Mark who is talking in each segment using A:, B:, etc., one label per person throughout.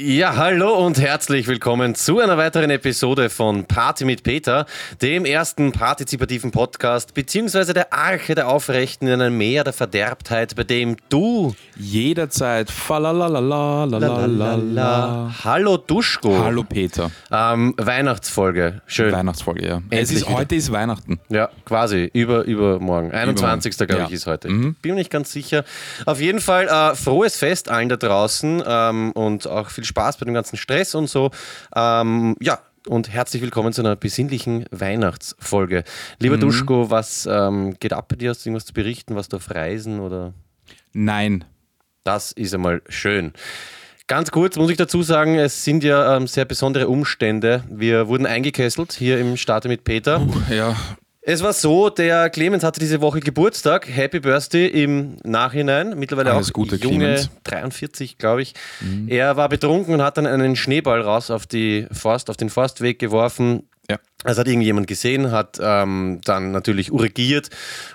A: Ja, hallo und herzlich willkommen zu einer weiteren Episode von Party mit Peter, dem ersten partizipativen Podcast beziehungsweise der Arche der Aufrechten in einem Meer der Verderbtheit, bei dem du
B: Jederzeit. Falalalalalalalala.
A: Hallo Duschko.
B: Hallo Peter.
A: Ähm, Weihnachtsfolge. Schön.
B: Weihnachtsfolge, ja. es ist,
A: Äh, wieder.
B: heute ist Weihnachten.
A: Ja, quasi. Über, übermorgen. 21. glaube ich
B: Ja.
A: ist heute. Bin mir nicht ganz sicher. Auf jeden Fall äh, frohes Fest allen da draußen ähm, und auch viel Spaß bei dem ganzen Stress und so. Ähm, ja, und herzlich willkommen zu einer besinnlichen Weihnachtsfolge. Lieber Duschko, was ähm, geht ab bei dir? Hast du irgendwas zu berichten? Warst du auf Reisen oder?
B: Nein.
A: Das ist einmal schön. Ganz kurz muss ich dazu sagen, es sind ja ähm, sehr besondere Umstände. Wir wurden eingekesselt hier im Starte mit Peter.
B: Ja.
A: Es war so, der Clemens hatte diese Woche Geburtstag. Happy Birthday im Nachhinein. Mittlerweile
B: Alles
A: auch
B: Gute,
A: junge
B: Clemens. Mhm.
A: 43, glaube ich. Er war betrunken und hat dann einen Schneeball raus auf, die Forst, auf den Forstweg geworfen.
B: Ja.
A: Das hat irgendjemand gesehen, hat ähm, dann natürlich urgiert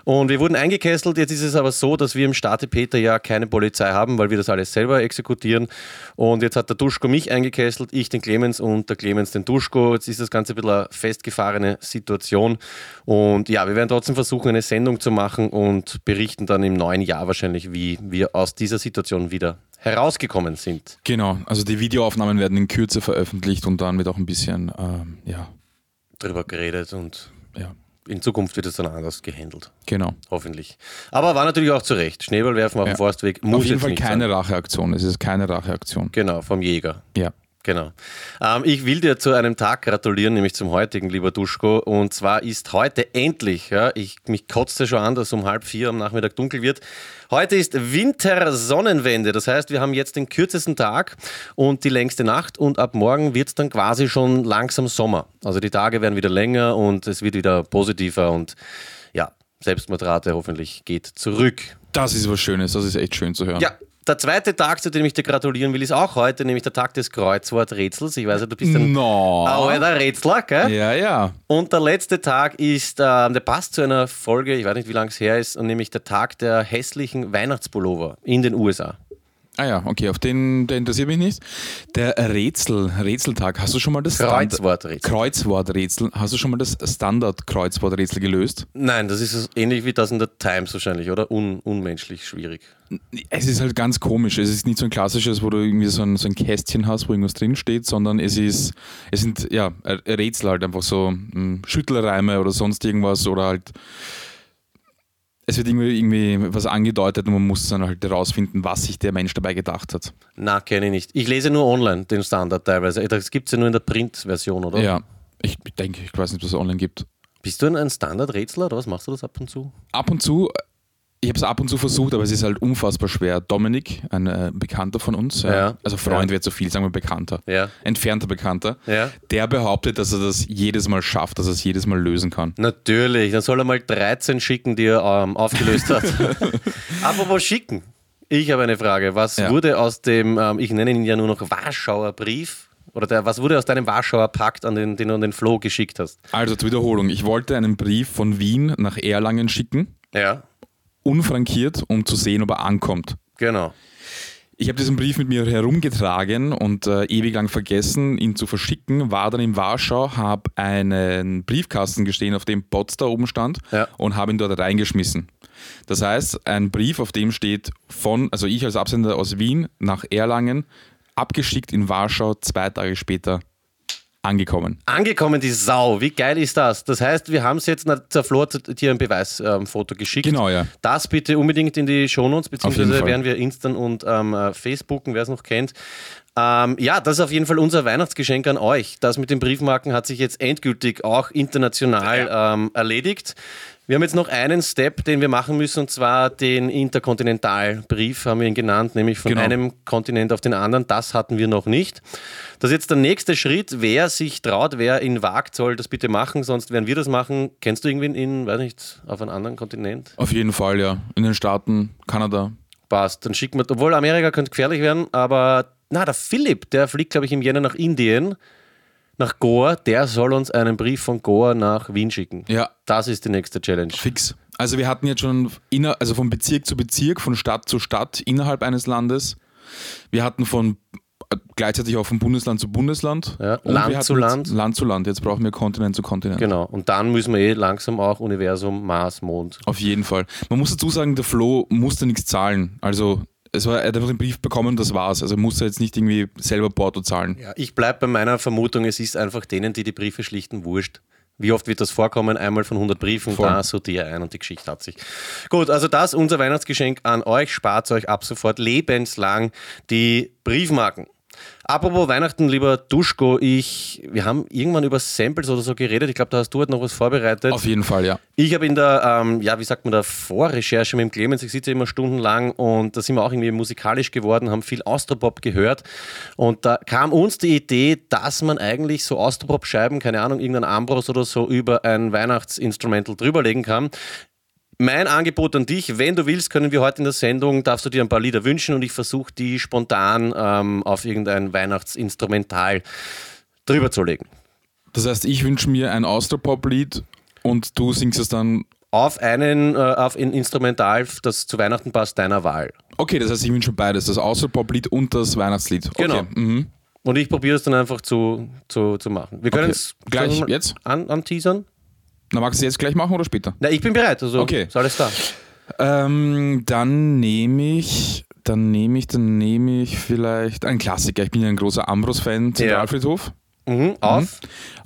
A: und wir wurden eingekesselt. Jetzt ist es aber so, dass wir im Staate Peter ja keine Polizei haben, weil wir das alles selber exekutieren. Und jetzt hat der Duschko mich eingekesselt, ich den Clemens und der Clemens den Duschko. Jetzt ist das Ganze ein bisschen eine festgefahrene Situation. Und ja, wir werden trotzdem versuchen, eine Sendung zu machen und berichten dann im neuen Jahr wahrscheinlich, wie wir aus dieser Situation wieder herausgekommen sind.
B: Genau. Also die Videoaufnahmen werden in Kürze veröffentlicht und dann wird auch ein bisschen, ähm, ja,
A: Drüber geredet und
B: ja.
A: in Zukunft wird es dann anders gehandelt.
B: Genau.
A: Hoffentlich. Aber war natürlich auch zu Recht. Schneeball werfen auf
B: Ja.
A: dem Forstweg muss
B: Auf jeden
A: jetzt
B: Fall
A: nicht
B: keine
A: Sein.
B: Racheaktion. Es ist keine Racheaktion.
A: Genau, vom Jäger.
B: Ja.
A: Genau. Ähm, ich will dir zu einem Tag gratulieren, nämlich zum heutigen, lieber Duschko. Und zwar ist heute endlich, ja, ich mich kotzte schon an, dass um halb vier am Nachmittag dunkel wird. Heute ist Wintersonnenwende. Das heißt, wir haben jetzt den kürzesten Tag und die längste Nacht und ab morgen wird es dann quasi schon langsam Sommer. Also die Tage werden wieder länger und es wird wieder positiver und ja, Selbstmordrate hoffentlich geht zurück.
B: Das ist was Schönes. Das ist echt schön zu hören.
A: Ja, der zweite Tag, zu dem ich dir gratulieren will, ist auch heute, nämlich der Tag des Kreuzworträtsels. Ich weiß ja, du bist ein
B: No.
A: alter Rätsler, gell?
B: Ja, ja.
A: Und der letzte Tag ist, ähm, der passt zu einer Folge, ich weiß nicht, wie lange es her ist, und nämlich der Tag der hässlichen Weihnachtspullover in den USA.
B: Ah ja, okay, auf den der interessiert mich nicht. Der Rätsel, Rätseltag, hast du schon mal das Stand-
A: Kreuzworträtsel.
B: Kreuzworträtsel, hast du schon mal das Standard-Kreuzworträtsel gelöst?
A: Nein, das ist so ähnlich wie das in der Times wahrscheinlich, oder? Un unmenschlich schwierig.
B: Es ist halt ganz komisch. Es ist nicht so ein klassisches, wo du irgendwie so ein, so ein Kästchen hast, wo irgendwas drinsteht, sondern es ist, es sind ja Rätsel halt einfach so mm, Schüttelreime oder sonst irgendwas oder halt. Es wird irgendwie, irgendwie was angedeutet und man muss dann halt herausfinden, was sich der Mensch dabei gedacht hat.
A: Na, kenne ich nicht. Ich lese nur online den Standard teilweise. Äh, Das gibt es ja nur in der Print-Version, oder?
B: Ja, ich denke, ich weiß nicht, was es online gibt.
A: Bist du ein- ein Standardrätsler oder was machst du das ab und zu?
B: ab und zu, ich habe es ab und zu versucht, aber es ist halt unfassbar schwer. Dominik, ein äh, Bekannter von uns, ja,
A: Ja.
B: also Freund
A: Ja.
B: wäre zu viel, sagen wir Bekannter,
A: Ja.
B: entfernter Bekannter,
A: Ja.
B: der behauptet, dass er das jedes Mal schafft, dass er es jedes Mal lösen kann.
A: Natürlich, dann soll er mal 13 schicken, die er ähm, aufgelöst hat. Apropos schicken. Ich habe eine Frage. Was
B: Ja.
A: wurde aus dem, ähm, ich nenne ihn ja nur noch Warschauer Brief, oder der, was wurde aus deinem Warschauer Pakt, an den, den du an den Flo geschickt hast?
B: Also zur Wiederholung, ich wollte einen Brief von Wien nach Erlangen schicken,
A: Ja,
B: unfrankiert, um zu sehen, ob er ankommt.
A: genau.
B: Ich habe diesen Brief mit mir herumgetragen und äh, ewig lang vergessen, ihn zu verschicken. War dann in Warschau, habe einen Briefkasten gestehen, auf dem Bots da oben stand
A: Ja.
B: und habe ihn dort reingeschmissen. Das heißt, ein Brief, auf dem steht von, also ich als Absender aus Wien nach Erlangen, abgeschickt in Warschau, zwei Tage später angekommen.
A: Angekommen die Sau, wie geil ist das? Das heißt, wir haben es jetzt, na, der Flo hat dir ein Beweisfoto ähm, geschickt.
B: Genau, ja.
A: Das bitte unbedingt in die Shownotes,
B: jeden
A: beziehungsweise
B: Fall.
A: werden wir Instan und ähm, äh, Facebooken, wer es noch kennt. Ähm, ja, das ist auf jeden Fall unser Weihnachtsgeschenk an euch. Das mit den Briefmarken hat sich jetzt endgültig auch international ähm, erledigt. Wir haben jetzt noch einen Step, den wir machen müssen, und zwar den Interkontinentalbrief, haben wir ihn genannt, nämlich von
B: Genau.
A: einem Kontinent auf den anderen. Das hatten wir noch nicht. Das ist jetzt der nächste Schritt. Wer sich traut, wer ihn wagt, soll das bitte machen, sonst werden wir das machen. Kennst du irgendwen in, weiß nicht, auf einem anderen Kontinent?
B: Auf jeden Fall, ja. In den Staaten, Kanada.
A: Passt, dann schicken wir, obwohl Amerika könnte gefährlich werden, aber na, der Philipp, der fliegt, glaube ich, im Jänner nach Indien. nach Goa, der soll uns einen Brief von Goa nach Wien schicken.
B: Ja,
A: Das ist die nächste Challenge.
B: fix. Also wir hatten jetzt schon inner, also von Bezirk zu Bezirk, von Stadt zu Stadt innerhalb eines Landes. Wir hatten von äh, gleichzeitig auch von Bundesland zu Bundesland.
A: Ja,
B: Und
A: Land
B: wir hatten
A: zu Land.
B: Jetzt, Land zu Land. Jetzt brauchen wir Kontinent zu Kontinent.
A: Genau. Und dann müssen wir eh langsam auch Universum, Mars, Mond.
B: Auf jeden Fall. Man muss dazu sagen, der Flo musste nichts zahlen. Also es war, er hat einfach den Brief bekommen, das war's. Also musste jetzt nicht irgendwie selber Porto zahlen.
A: Ja, ich bleibe bei meiner Vermutung, es ist einfach denen, die die Briefe schlichten, wurscht. Wie oft wird das vorkommen? Einmal von 100 Briefen,
B: Voll.
A: da sortiere ein und die Geschichte hat sich. Gut, also das unser Weihnachtsgeschenk an euch. Spart euch ab sofort lebenslang die Briefmarken. Apropos Weihnachten, lieber Duschko, ich, wir haben irgendwann über Samples oder so geredet. Ich glaube, da hast du halt noch was vorbereitet.
B: Auf jeden Fall, ja.
A: Ich habe in der, ähm, ja, wie sagt man da, Vorrecherche mit dem Clemens, ich sitze ja immer stundenlang und da sind wir auch irgendwie musikalisch geworden, haben viel Austropop gehört und da kam uns die Idee, dass man eigentlich so Austropop-Scheiben, keine Ahnung, irgendein Ambros oder so, über ein Weihnachtsinstrumental drüberlegen kann. Mein Angebot an dich, wenn du willst, können wir heute in der Sendung, darfst du dir ein paar Lieder wünschen und ich versuche die spontan ähm, auf irgendein Weihnachtsinstrumental drüber zu legen.
B: Das heißt, ich wünsche mir ein Austropop-Lied und du singst es dann.
A: Auf einen, äh, auf ein Instrumental, das zu Weihnachten passt, deiner Wahl.
B: Okay, das heißt, ich wünsche beides, das Austropop-Lied und das Weihnachtslied. Okay.
A: Genau.
B: Mhm.
A: Und ich probiere es dann einfach zu, zu, zu machen. Wir können es
B: Gleich,
A: sagen wir mal,
B: jetzt?
A: An, anteasern.
B: Na, magst du es jetzt gleich machen oder später?
A: Na, ich bin bereit. Also
B: Okay.
A: ist alles da.
B: Ähm, dann nehme ich, dann nehme ich, dann nehme ich vielleicht einen Klassiker. Ich bin ja ein großer Ambros-Fan, Zentralfriedhof.
A: Mhm, auf.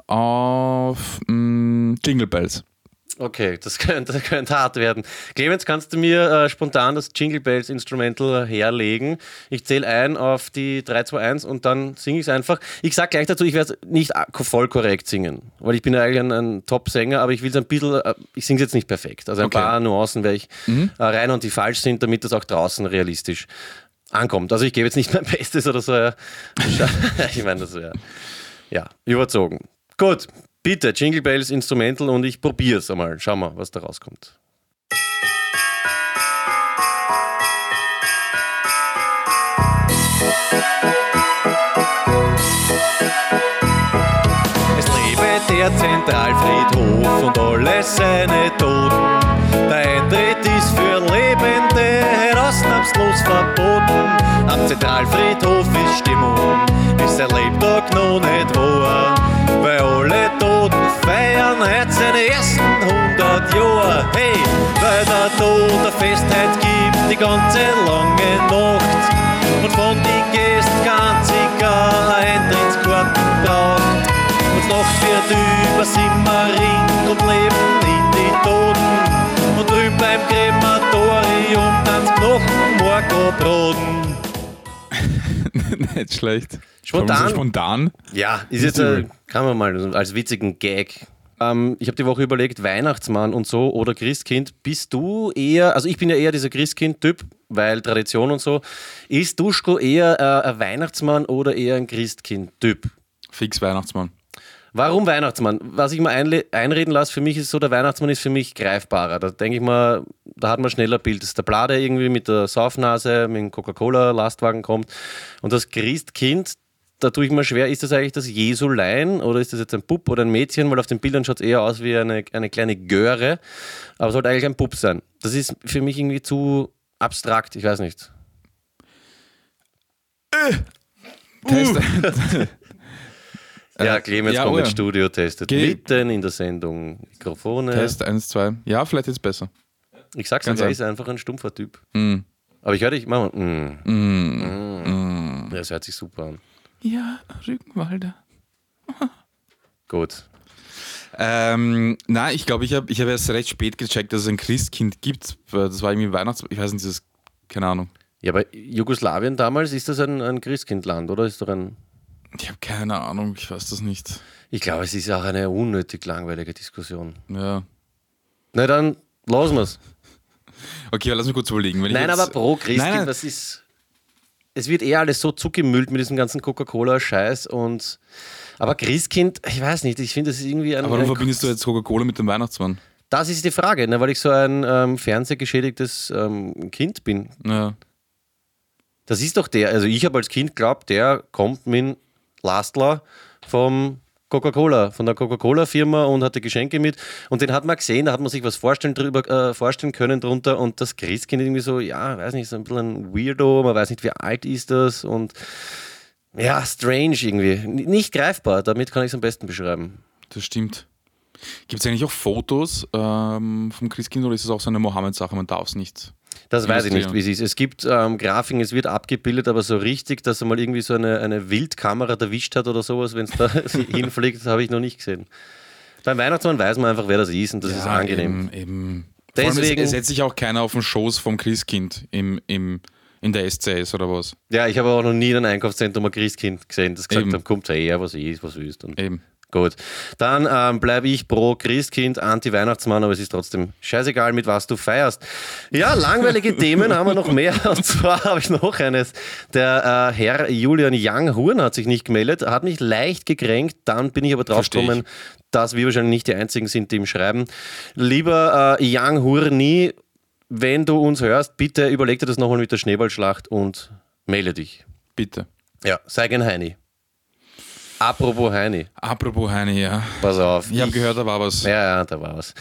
B: Auf mh, Jingle Bells.
A: Okay, das könnte, das könnte hart werden. Clemens, kannst du mir äh, spontan das Jingle Bells Instrumental herlegen? Ich zähle ein auf die 3, 2, 1 und dann singe ich es einfach. Ich sage gleich dazu, ich werde es nicht a- voll korrekt singen, weil ich bin ja eigentlich ein, ein Top-Sänger, aber ich will es ein bisschen, äh, ich singe es jetzt nicht perfekt. Also ein
B: Okay.
A: paar Nuancen werde ich äh, rein und die falsch sind, damit das auch draußen realistisch ankommt. Also ich gebe jetzt nicht mein Bestes oder so. Ja. ich meine, das wäre... Ja, überzogen. Gut, bitte, Jingle Bells Instrumental und ich probiere es einmal. Schauen wir, was da rauskommt. Es lebe der Zentralfriedhof und alle seine Toten. Der Eintritt ist für Lebende ausnahmslos verboten. Am Zentralfriedhof ist Stimmung, ist der Lebtag noch nicht wahr. Weil alle Toten feiern heute seine ersten 100 Jahre. Hey, weil der Tod eine Festheit gibt, die ganze lange Nacht. Und von den Gästen ganz egal, ein Eintrittskarten braucht. Und Nacht wird über Simmering und Leben in die Toten. Und drüben beim Krematorium tanzt Knochen Marco Broden.
B: Nicht schlecht.
A: Spontan.
B: Kann man so spontan.
A: Ja, ist jetzt, äh, kann man mal als witzigen Gag. Ähm, ich habe die Woche überlegt, Weihnachtsmann und so oder Christkind, bist du eher, also ich bin ja eher dieser Christkind-Typ, weil Tradition und so. Ist Duschko eher äh, ein Weihnachtsmann oder eher ein Christkind-Typ?
B: Fix Weihnachtsmann.
A: Warum Weihnachtsmann? Was ich mal einle- einreden lasse, für mich ist so, der Weihnachtsmann ist für mich greifbarer. Da denke ich mal, da hat man schneller ein Bild, dass der Blade irgendwie mit der Saufnase, mit dem Coca-Cola-Lastwagen kommt. Und das Christkind, da tue ich mir schwer, ist das eigentlich das Jesulein oder ist das jetzt ein Bub oder ein Mädchen? Weil auf den Bildern schaut es eher aus wie eine, eine kleine Göre, aber sollte eigentlich ein Bub sein. Das ist für mich irgendwie zu abstrakt, ich weiß nicht.
B: Test.
A: Ja, Clemens
B: ja,
A: kommt
B: oh ja.
A: ins Studio, testet
B: Geh-
A: mitten in der Sendung Mikrofone.
B: Test 1, 2. Ja, vielleicht jetzt besser.
A: Ich sag's
B: Ganz
A: dir, er
B: ein-
A: ist einfach ein stumpfer Typ.
B: Mm.
A: Aber ich höre dich, mach mal. Mm. Mm. Ja, Das hört sich super an.
B: Ja, Rückenwalder.
A: Gut.
B: Ähm, nein, ich glaube, ich habe ich hab erst recht spät gecheckt, dass es ein Christkind gibt. weil Das war irgendwie Weihnachts... Ich weiß nicht, das ist... Keine Ahnung.
A: Ja, aber Jugoslawien damals, ist das ein, ein Christkindland, oder? Ist doch ein.
B: Ich habe keine Ahnung, ich weiß das nicht.
A: Ich glaube, es ist auch eine unnötig langweilige Diskussion.
B: Ja.
A: Na dann, los wir's.
B: Okay, lass mich kurz überlegen. Wenn
A: Nein,
B: ich jetzt,
A: aber pro
B: Nein,
A: Christkind,
B: nein.
A: was ist. Es wird eher alles so zugemüllt mit diesem ganzen Coca-Cola-Scheiß und. Aber Christkind, ich weiß nicht, ich finde, das ist irgendwie ein.
B: Aber warum
A: ein
B: verbindest du jetzt Coca-Cola mit dem Weihnachtsmann?
A: Das ist die Frage, ne, weil ich so ein ähm, fernsehgeschädigtes ähm, Kind bin.
B: Ja.
A: Das ist doch der, also ich habe als Kind glaubt, der kommt mit dem Lastler vom Coca-Cola, von der Coca-Cola-Firma und hatte Geschenke mit. Und den hat man gesehen, da hat man sich was vorstellen, drüber, äh, vorstellen können drunter. Und das Christkind irgendwie so, ja, weiß nicht, so ein bisschen ein Weirdo, man weiß nicht, wie alt ist das und ja, strange irgendwie. N- Nicht greifbar, damit kann ich es am besten beschreiben.
B: Das stimmt. Gibt es eigentlich auch Fotos ähm, vom Christkind oder ist es auch so eine Mohammed-Sache? Man darf es nicht.
A: Das weiß ich nicht,
B: Verstehe.
A: wie es ist. Es gibt ähm, Grafiken, es wird abgebildet, aber so richtig, dass er mal irgendwie so eine, eine Wildkamera erwischt hat oder sowas, wenn es da hinfliegt, das habe ich noch nicht gesehen. Beim Weihnachtsmann weiß man einfach, wer das ist und das ist
B: Ja,
A: angenehm.
B: Eben, eben.
A: Deswegen-
B: Vor allem, es, es setzt sich auch keiner auf den Schoß vom Christkind im, im, in der SCS oder was.
A: Ja, ich habe auch noch nie in einem Einkaufszentrum ein Christkind gesehen, das gesagt
B: Eben.
A: hat, kommt her, was ist, was ist. Und
B: Eben.
A: gut. Dann ähm, bleibe ich pro Christkind, Anti-Weihnachtsmann, aber es ist trotzdem scheißegal, mit was du feierst. Ja, langweilige Themen haben wir noch mehr. Und zwar habe ich noch eines. Der äh, Herr Julian Young Huren hat sich nicht gemeldet, hat mich leicht gekränkt, dann bin ich aber drauf
B: Versteh ich.
A: gekommen, dass wir wahrscheinlich nicht die einzigen sind, die ihm schreiben. Lieber äh, Young Hurni, wenn du uns hörst, bitte überleg dir das nochmal mit der Schneeballschlacht und melde dich.
B: Bitte.
A: Ja, sei kein Heini. Apropos Heini,
B: Apropos Heini, ja.
A: pass auf.
B: Ich habe gehört, da war was.
A: Ja, ja, da war was.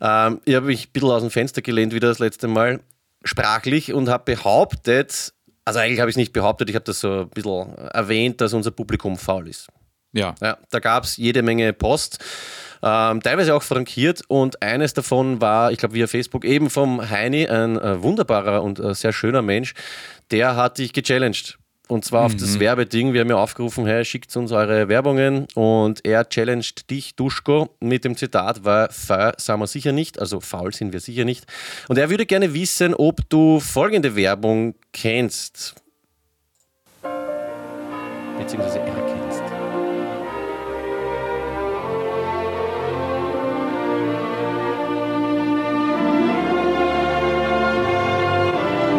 A: Ähm, ich habe mich ein bisschen aus dem Fenster gelehnt, wieder das letzte Mal, sprachlich und habe behauptet, also eigentlich habe ich es nicht behauptet, ich habe das so ein bisschen erwähnt, dass unser Publikum faul ist.
B: Ja.
A: Ja, da gab es jede Menge Post, ähm, teilweise auch frankiert und eines davon war, ich glaube via Facebook, eben vom Heini, ein äh, wunderbarer und äh, sehr schöner Mensch, der hat dich gechallenged. Und zwar auf das Werbeding. Wir haben ja aufgerufen, hey, schickt uns eure Werbungen. Und er challenged dich, Duschko, mit dem Zitat, weil fair sind wir sicher nicht, also faul sind wir sicher nicht. Und er würde gerne wissen, ob du folgende Werbung kennst. Beziehungsweise erkennst.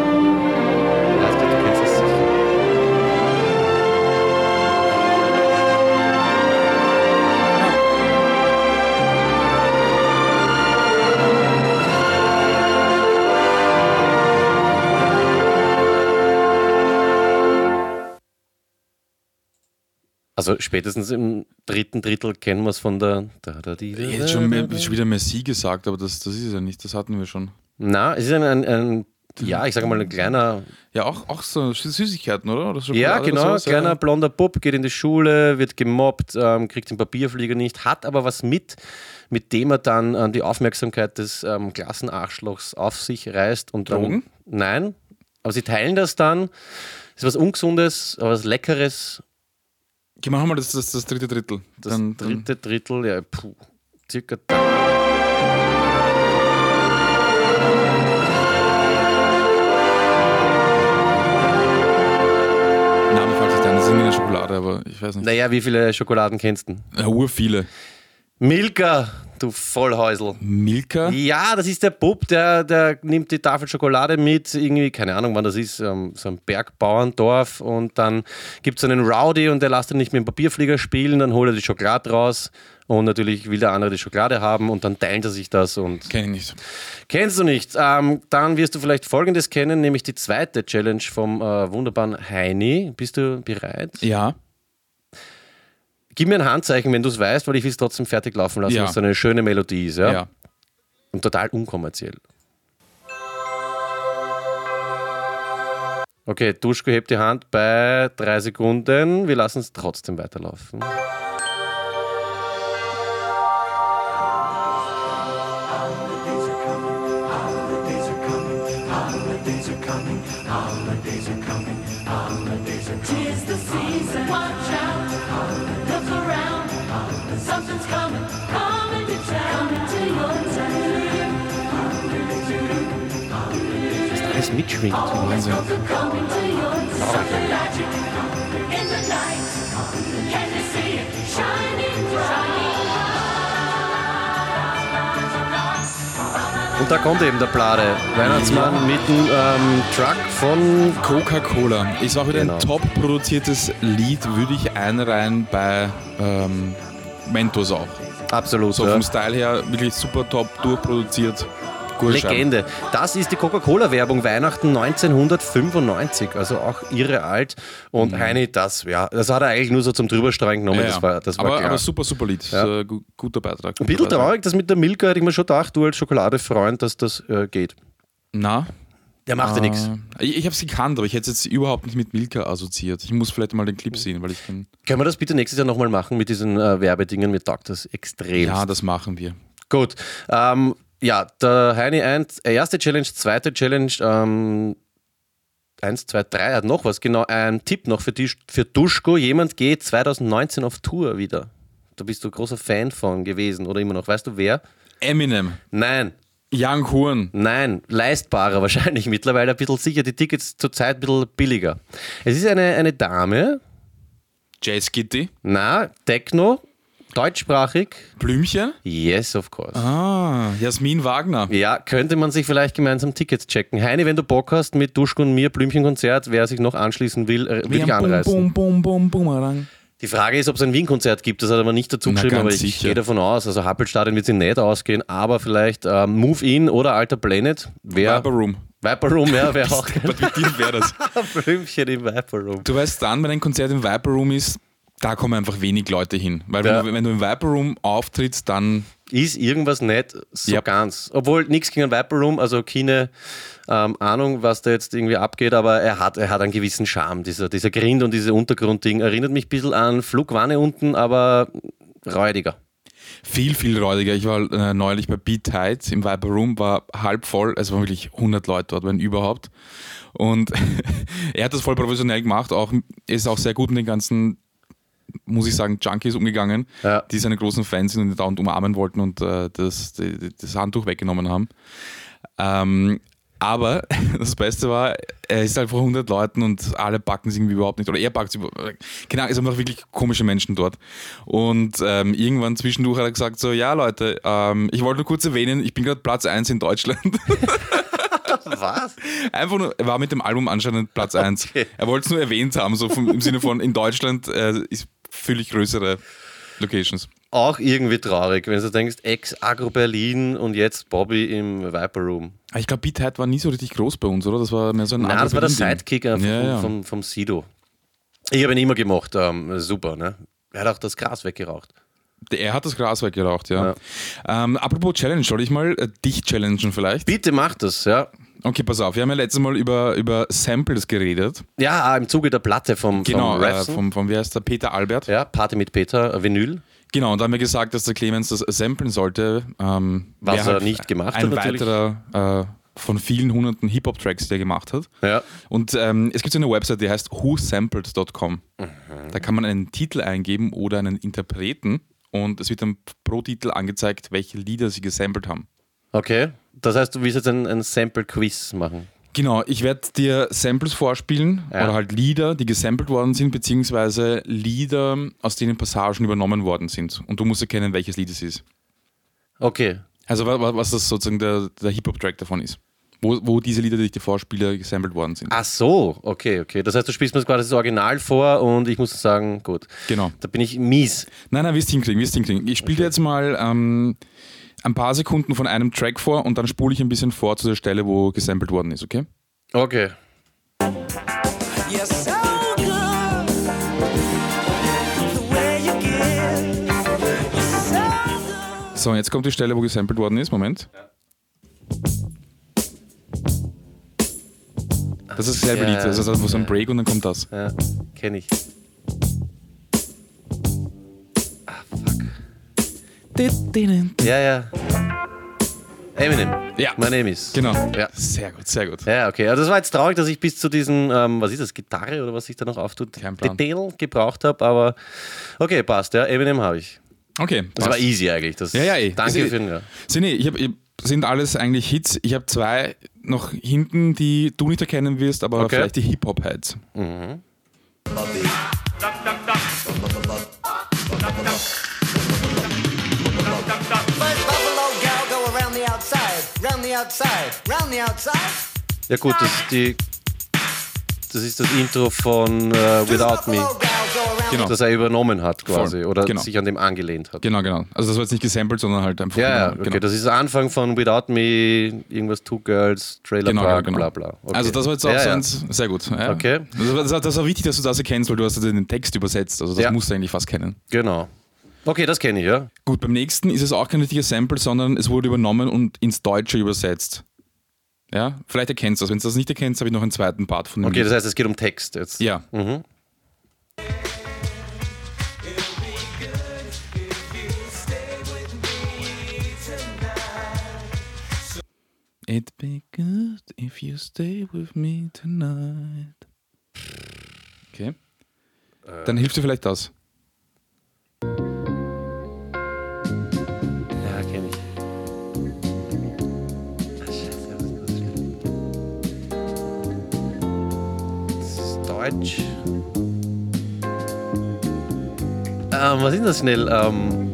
A: Alles klar, du kennst es sicher. Also spätestens im dritten Drittel kennen wir es von der... Da, da, die, da,
B: Ich hätte schon, mehr, schon wieder Merci gesagt, aber das, das ist es ja nicht. Das hatten wir schon.
A: Na, es ist ein, ein, ein ja, ich sage mal ein kleiner,
B: Ja, auch, auch so Süßigkeiten, oder? oder Schokolade
A: ja
B: oder
A: genau,
B: sowas, ja.
A: kleiner blonder Bub, geht in die Schule, wird gemobbt, ähm, kriegt den Papierflieger nicht, hat aber was mit, mit dem er dann ähm, die Aufmerksamkeit des ähm, Klassenarschlochs auf sich reißt. Und
B: Drogen?
A: Dann, nein, aber sie teilen das dann. Ist was Ungesundes, aber was Leckeres.
B: Geh, mach mal das, das, das dritte Drittel.
A: Das
B: Dann- dann-
A: dritte Drittel, ja, puh, circa
B: Name fällt sich ein. Das ist irgendwie eine Schokolade, aber ich weiß nicht.
A: Naja, wie viele Schokoladen kennst du?
B: Ja, ur viele.
A: Milka, du Vollhäusel.
B: Milka?
A: Ja, das ist der Bub, der, der nimmt die Tafel Schokolade mit, irgendwie, keine Ahnung, wann das ist, ähm, so ein Bergbauerndorf und dann gibt es einen Rowdy und der lässt ihn nicht mit dem Papierflieger spielen, dann holt er die Schokolade raus und natürlich will der andere die Schokolade haben und dann teilt er sich das und
B: Kenn ich nicht.
A: kennst du nicht. Ähm, dann wirst du vielleicht Folgendes kennen, nämlich die zweite Challenge vom äh, wunderbaren Heini. Bist du bereit?
B: Ja.
A: Gib mir ein Handzeichen, wenn du es weißt, weil ich will es trotzdem fertig laufen lassen,
B: Ja.
A: was so eine schöne Melodie ist. Ja?
B: Ja.
A: Und total unkommerziell. Okay, Duschko hebt die Hand bei drei Sekunden. Wir lassen es trotzdem weiterlaufen.
C: Holidays are coming, holidays are coming, holidays are coming, holidays are coming, holidays are coming.
D: Tis the season. Watch out. Look around. Something's coming. Coming to town. Coming to your town.
A: Alles mitschwingt.
B: Wahnsinn.
D: Coming to your town. Something magic in the night. Can you see it? Shining bright.
A: Und da kommt eben der Plade. Weihnachtsmann mit dem ähm, Truck von.
B: Coca-Cola. Ist auch wieder
A: Genau.
B: ein top produziertes Lied, würde ich einreihen bei ähm, Mentos auch.
A: Absolut.
B: So
A: ja.
B: vom Style her wirklich super top durchproduziert. Gurschau.
A: Legende. Das ist die Coca-Cola-Werbung Weihnachten 1995, also auch irre alt. Und Heini, das, ja, das hat er eigentlich nur so zum Drüberstreuen genommen.
B: Mhm. Ja, ja.
A: Das war, das war
B: aber,
A: klar.
B: aber super, super Lied.
A: Ja.
B: Äh, gu- guter Beitrag.
A: Ein bisschen traurig, dass mit der Milka hätte ich mir schon gedacht, du als Schokoladefreund, dass das äh, geht.
B: Na,
A: Der macht ja nichts.
B: Äh, Ich, ich habe es gekannt, aber ich hätte es jetzt überhaupt nicht mit Milka assoziiert. Ich muss vielleicht mal den Clip sehen, weil ich den.
A: Können wir das bitte nächstes Jahr nochmal machen mit diesen äh, Werbedingen? Mir taugt das extrem.
B: Ja, das machen wir.
A: Gut. Ähm, ja, der Heini 1, erste Challenge, zweite Challenge, ähm, 1, 2, 3 hat noch was, genau. Ein Tipp noch für, dich, für Duschko. Jemand geht 2019 auf Tour wieder. Da bist du großer Fan von gewesen oder immer noch. Weißt du wer?
B: Eminem,
A: Nein,
B: Young Horn.
A: nein, leistbarer wahrscheinlich mittlerweile. Ein bisschen sicher, die Tickets zurzeit ein bisschen billiger. Es ist eine, eine Dame,
B: Jazz Kitty,
A: na, Techno, deutschsprachig.
B: Blümchen.
A: Yes, of course.
B: Ah, Jasmin Wagner.
A: Ja, könnte man sich vielleicht gemeinsam Tickets checken. Heini, wenn du Bock hast, mit Duschko und mir Blümchenkonzert, wer sich noch anschließen will, äh, will ich anreißen.
B: Bum, bum, bum, bumerang.
A: Die Frage ist, ob es ein Wien-Konzert gibt, das hat er aber nicht dazu
B: Na,
A: geschrieben,
B: ganz
A: aber ich
B: sicher.
A: gehe davon aus, also Happelstadion wird sie nicht ausgehen, aber vielleicht äh, Move In oder Alter Planet, wer...
B: Viper Room.
A: Viper Room, ja, wer auch
B: Was mit dir wäre das?
A: Blümchen im Viper Room.
B: Du weißt dann, wenn ein Konzert im Viper Room ist, da kommen einfach wenig Leute hin. Weil
A: Ja.
B: wenn, du, wenn du im Viper Room auftrittst, dann
A: Ist irgendwas nicht so
B: Ja.
A: ganz. Obwohl nichts gegen den Viper Room, also keine ähm, Ahnung, was da jetzt irgendwie abgeht, aber er hat, er hat einen gewissen Charme, dieser, dieser Grind und diese Untergrundding. Erinnert mich ein bisschen an Flugwanne unten, aber räudiger.
B: viel, viel räudiger. Ich war äh, neulich bei Beat Tides im Viper Room, war halb voll, es waren wirklich 100 Leute dort, wenn überhaupt. Und er hat das voll professionell gemacht, auch, ist auch sehr gut mit den ganzen, muss ich sagen, Junkies umgegangen,
A: Ja.
B: die seine großen Fans sind und ihn dauernd umarmen wollten und äh, das, die, die- das Handtuch weggenommen haben. Ähm, aber das Beste war, er ist halt vor 100 Leuten und alle backen es irgendwie überhaupt nicht. Oder er backt es überhaupt Genau, es sind einfach wirklich komische Menschen dort. Und ähm, irgendwann zwischendurch hat er gesagt: So, ja, Leute, ähm, ich wollte nur kurz erwähnen, ich bin gerade Platz 1 in Deutschland.
A: Was?
B: Einfach nur, er war mit dem Album anscheinend Platz 1.
A: Okay.
B: Er wollte es nur erwähnt haben, so vom, im Sinne von: In Deutschland äh, ist- fühle ich größere Locations.
A: Auch irgendwie traurig, wenn du denkst, Ex-Agro Berlin und jetzt Bobby im Viper Room.
B: Aber Ich glaube, Beat Head war nie so richtig groß bei uns, oder? Das war mehr so ein
A: Nein, das war der
B: Underground-Ding.
A: Sidekicker vom,
B: Ja, ja.
A: Vom, vom Sido. Ich habe ihn immer gemacht, ähm, super, ne? Er hat auch das Gras weggeraucht.
B: Er hat das Gras weggeraucht, ja. Ähm, apropos Challenge, soll ich mal äh, dich challengen vielleicht?
A: Bitte mach das, ja.
B: Okay, pass auf, wir haben ja letztes Mal über, über Samples geredet.
A: Ja, ah, im Zuge der Platte vom,
B: Genau,
A: vom
B: äh,
A: Rapson.
B: vom, vom, wie heißt der, Peter Albert.
A: Ja, Party mit Peter, äh, Vinyl.
B: Genau, und da haben wir gesagt, dass der Clemens das samplen sollte. Ähm,
A: Was
B: wäre
A: er nicht gemacht
B: ein
A: hat, natürlich.
B: weiterer äh, von vielen hunderten Hip-Hop-Tracks, die er gemacht hat.
A: Ja.
B: Und ähm, es gibt so eine Website, die heißt whosampled.com.
A: Mhm.
B: Da kann man einen Titel eingeben oder einen Interpreten und es wird dann pro Titel angezeigt, welche Lieder sie gesampelt haben.
A: Okay. Das heißt, du willst jetzt ein, ein Sample-Quiz machen.
B: Genau, ich werde dir Samples vorspielen
A: Ja.
B: oder halt Lieder, die gesampelt worden sind, beziehungsweise Lieder, aus denen Passagen übernommen worden sind. Und du musst erkennen, welches Lied es ist.
A: Okay.
B: Also wa- wa- was das sozusagen der, der Hip-Hop-Track davon ist. Wo, wo diese Lieder, die ich dir vorspiele, gesampelt worden sind.
A: Ach so, okay, okay. Das heißt, du spielst mir quasi das Original vor und ich muss sagen, gut.
B: Genau.
A: Da bin ich mies.
B: Nein, nein, wir es hinkriegen, wir es hinkriegen. Ich spiele dir jetzt mal ähm, ein paar Sekunden von einem Track vor und dann spule ich ein bisschen vor zu der Stelle, wo gesampelt worden ist, okay?
A: Okay.
E: You're so good. The way you give. You're so good.
B: So, jetzt kommt die Stelle, wo gesampelt worden ist. Moment. Das ist dasselbe
A: Ja,
B: Lied. Das ist das, wo so ein Break und dann kommt das.
A: Ja, kenne ich. Ja, ja. Eminem.
B: Ja.
A: My name is.
B: Genau.
A: Ja.
B: Sehr gut, sehr gut.
A: Ja, okay. Also das war jetzt traurig, dass ich bis zu diesen, ähm, was ist das, Gitarre oder was ich da noch auftut,
B: Kein Plan.
A: Detail gebraucht habe, aber okay, passt, ja. Eminem habe ich.
B: Okay.
A: Das
B: passt.
A: war easy eigentlich. Das,
B: Ja, ja, eh.
A: Danke
B: Ist eh-
A: für den, ja.
B: Sind, eh, ich hab, ich, sind alles eigentlich Hits. Ich habe zwei noch hinten, die du nicht erkennen wirst, aber
A: Okay.
B: vielleicht die Hip-Hop-Hits.
F: First Buffalo gal go around the outside, round the outside, round the outside.
A: Ja gut, das ist die. Das ist das Intro von äh,
F: Two
A: Without Me.
F: Buffalo gals go around.
B: Genau.
A: das er übernommen hat quasi
B: Voll,
A: oder
B: genau.
A: sich an dem angelehnt hat.
B: Genau, genau. Also das war jetzt nicht gesampelt, sondern halt einfach.
A: Ja, ja,
B: genau,
A: okay,
B: genau.
A: das ist der Anfang von Without Me, irgendwas Two Girls, Trailer
B: Genau,
A: Park,
B: genau, genau.
A: bla bla. Okay.
B: Also das war jetzt auch
A: ja,
B: so
A: ja.
B: eins, sehr gut. Ja.
A: Okay.
B: Das war, das, war, das war wichtig, dass du das erkennst, weil du hast ja den Text übersetzt. Also das
A: Ja.
B: musst du eigentlich fast kennen.
A: Genau. Okay, das kenne ich, ja.
B: Gut, beim nächsten ist es auch kein richtiges Sample, sondern es wurde übernommen und ins Deutsche übersetzt. Ja, vielleicht erkennst du das. Wenn du das nicht erkennst, habe ich noch einen zweiten Part von dem
A: Okay,
B: Lied.
A: das heißt, es geht um Text jetzt.
B: Mhm.
A: Mhm.
B: Ja. It'd be good if you stay with me tonight. Okay.
A: Äh.
B: Dann hilft dir vielleicht das.
A: Ja, kenne ich. Ah, scheiße, was ist das denn? Das ist Deutsch. Ähm, was ist denn das schnell? Ähm,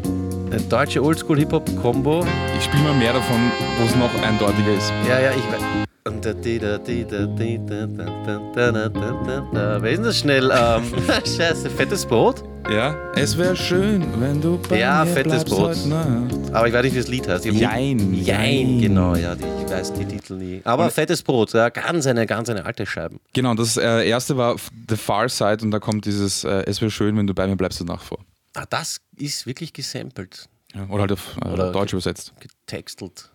A: eine deutsche Oldschool-Hip-Hop-Kombo.
B: Ich spiele mal mehr davon, wo es noch eindeutiger ist.
A: Ja, ja, ich weiß. Und da, di, da, di, da, di, da, da, da, da, da, da, da, da. Wer ist denn das schnell? Ähm, scheiße, fettes Brot?
B: Ja? Es wäre schön, wenn du bei
A: Ja,
B: mir
A: fettes
B: bleibst
A: Brot.
B: heute Nacht.
A: Aber ich weiß nicht, wie das Lied heißt. Ich hab
B: Jein,
A: nie- Jein.
B: Jein.
A: genau, ja, die- ich weiß die Titel nie. Aber fettes Brot, ja, ganz eine, ganz eine alte Scheibe.
B: Genau, das äh, erste war F- The Far Side und da kommt dieses äh, Es wäre schön, wenn du bei mir bleibst heute Nacht vor.
A: Ah, das ist wirklich gesampelt,
B: Ja, oder halt auf äh,
A: Oder-
B: Deutsch übersetzt.
A: getextelt.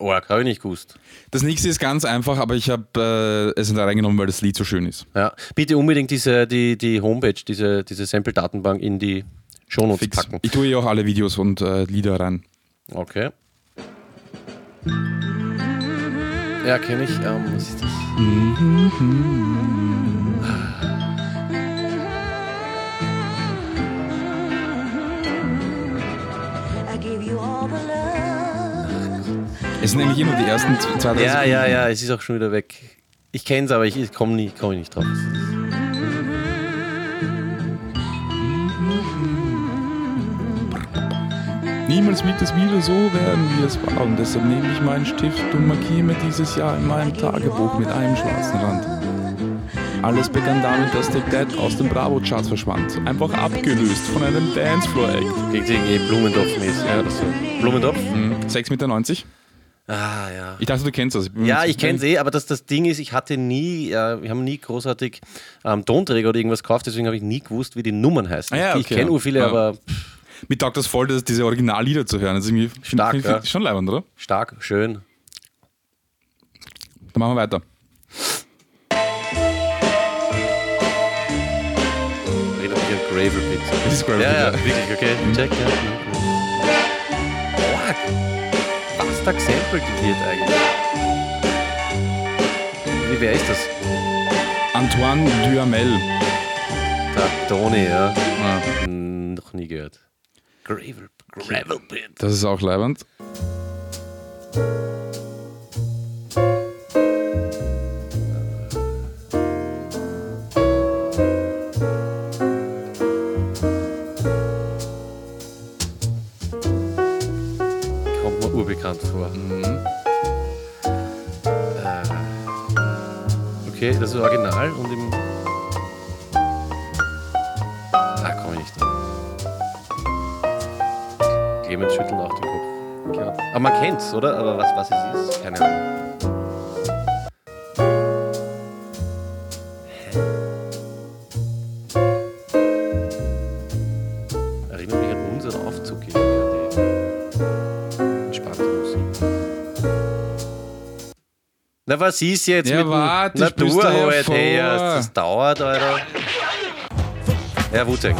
A: Oh, habe ich nicht gewusst.
B: Das nächste ist ganz einfach, aber ich habe äh, es da reingenommen, weil das Lied so schön ist.
A: Ja, bitte unbedingt diese, die, die Homepage, diese, diese Sample-Datenbank in die Shownotes
B: Fix.
A: packen.
B: Ich tue hier auch alle Videos und äh, Lieder rein.
A: Okay. Ja, kenne ich. Ähm, was ist das?
G: I give you all the love.
B: Es sind eigentlich immer die ersten z- zwei, drei
A: Ja,
B: Sekunden.
A: ja, ja, es ist auch schon wieder weg. Ich kenne es, aber ich, ich komme nie, komm nicht drauf.
B: Niemals wird es wieder so werden, wie es war. Und deshalb nehme ich meinen Stift und markiere mir dieses Jahr in meinem Tagebuch mit einem schwarzen Rand. Alles begann damit, dass der Dad aus dem Bravo-Charts verschwand. Einfach abgelöst von einem Dancefloor-Act.
A: Kriegt irgendwie Blumentopf-mäßig oder so. Blumentopf?
B: 6,90 Hm? Meter.
A: Ah, ja.
B: Mhm. Ich dachte, du kennst das. bin mir
A: Ja,
B: nicht
A: ich kenne es
B: sicher.
A: eh, aber das, das Ding ist, ich hatte nie, äh, wir haben nie großartig ähm, Tonträger oder irgendwas gekauft, deswegen habe ich nie gewusst, wie die Nummern heißen.
B: Ah ja,
A: Ich- Ich
B: okay,
A: kenne
B: ja.
A: ur viele,
B: Ja.
A: aber
B: Mir taugt das voll, dass diese Originallieder zu hören. Das ist irgendwie
A: Stark,
B: find,
A: ja.
B: Schon leibend, oder?
A: stark, schön.
B: Dann machen wir weiter.
A: Redet mich an Gravel Pit.
B: Das ist Gravity,
A: Ja, ja,
B: ja. Mhm.
A: wirklich, okay. Check, ja. Fuck. Was da gesampelt wird eigentlich? Wie, wer ist das?
B: Antoine Duhamel.
A: Der Tony, ja.
B: Ah,
A: Hm, noch nie gehört. Gravel, Gravel Pit.
B: das ist auch leibend.
A: Kommt mir urbekannt vor. Mhm. Äh, okay, das ist original und im. Ah, komm ich nicht drauf. Clemens schüttelt auch den Kopf. Genau. Aber man kennt's, oder? Aber was, was es ist? Keine Ahnung. Hä? Erinnert mich an unseren Aufzug in der entspannte Musik. Na, was ist jetzt
B: Ja,
A: mit
B: warte,
A: dem
B: ich
A: Natur
B: müsste
A: halt?
B: hervor.
A: Hey, erst, das dauert, Alter. Ja, Wu-Tang.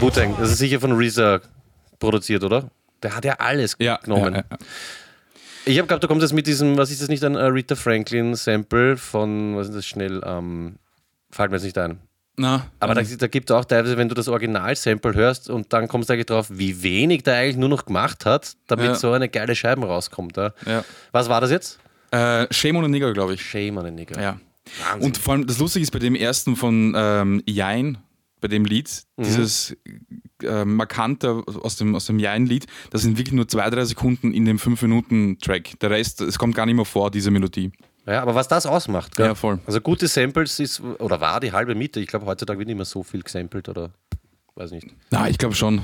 A: Wu-Tang, das ist sicher von RZA produziert, oder? Der hat ja alles genommen.
B: ja, ja.
A: Ich habe gehabt, du kommst jetzt mit diesem, was ist das nicht, ein äh, Rita Franklin-Sample von, was ist das schnell, ähm, fällt mir jetzt nicht ein.
B: Na,
A: Aber da,
B: ähm,
A: da gibt es auch teilweise, wenn du das Original-Sample hörst und dann kommst du eigentlich drauf, wie wenig der eigentlich nur noch gemacht hat, damit
B: Ja.
A: so eine geile Scheibe rauskommt. Ja.
B: Ja.
A: Was war das jetzt?
B: äh, Shame on a Nigger, glaube ich.
A: Shame on a nigga.
B: Ja.
A: Wahnsinn.
B: Und vor allem das Lustige ist bei dem ersten von ähm, Jein, bei dem Lied,
A: Mhm.
B: dieses äh, markante aus dem, aus dem Jein-Lied, das sind wirklich nur zwei, drei Sekunden in dem 5-Minuten-Track. Der Rest, es kommt gar nicht mehr vor, diese Melodie.
A: Ja, aber was das ausmacht, gell?
B: Ja, voll.
A: Also gute Samples ist, oder war die halbe Miete. Ich glaube, heutzutage wird nicht mehr so viel gesampelt oder weiß nicht.
B: Na, ich glaube schon.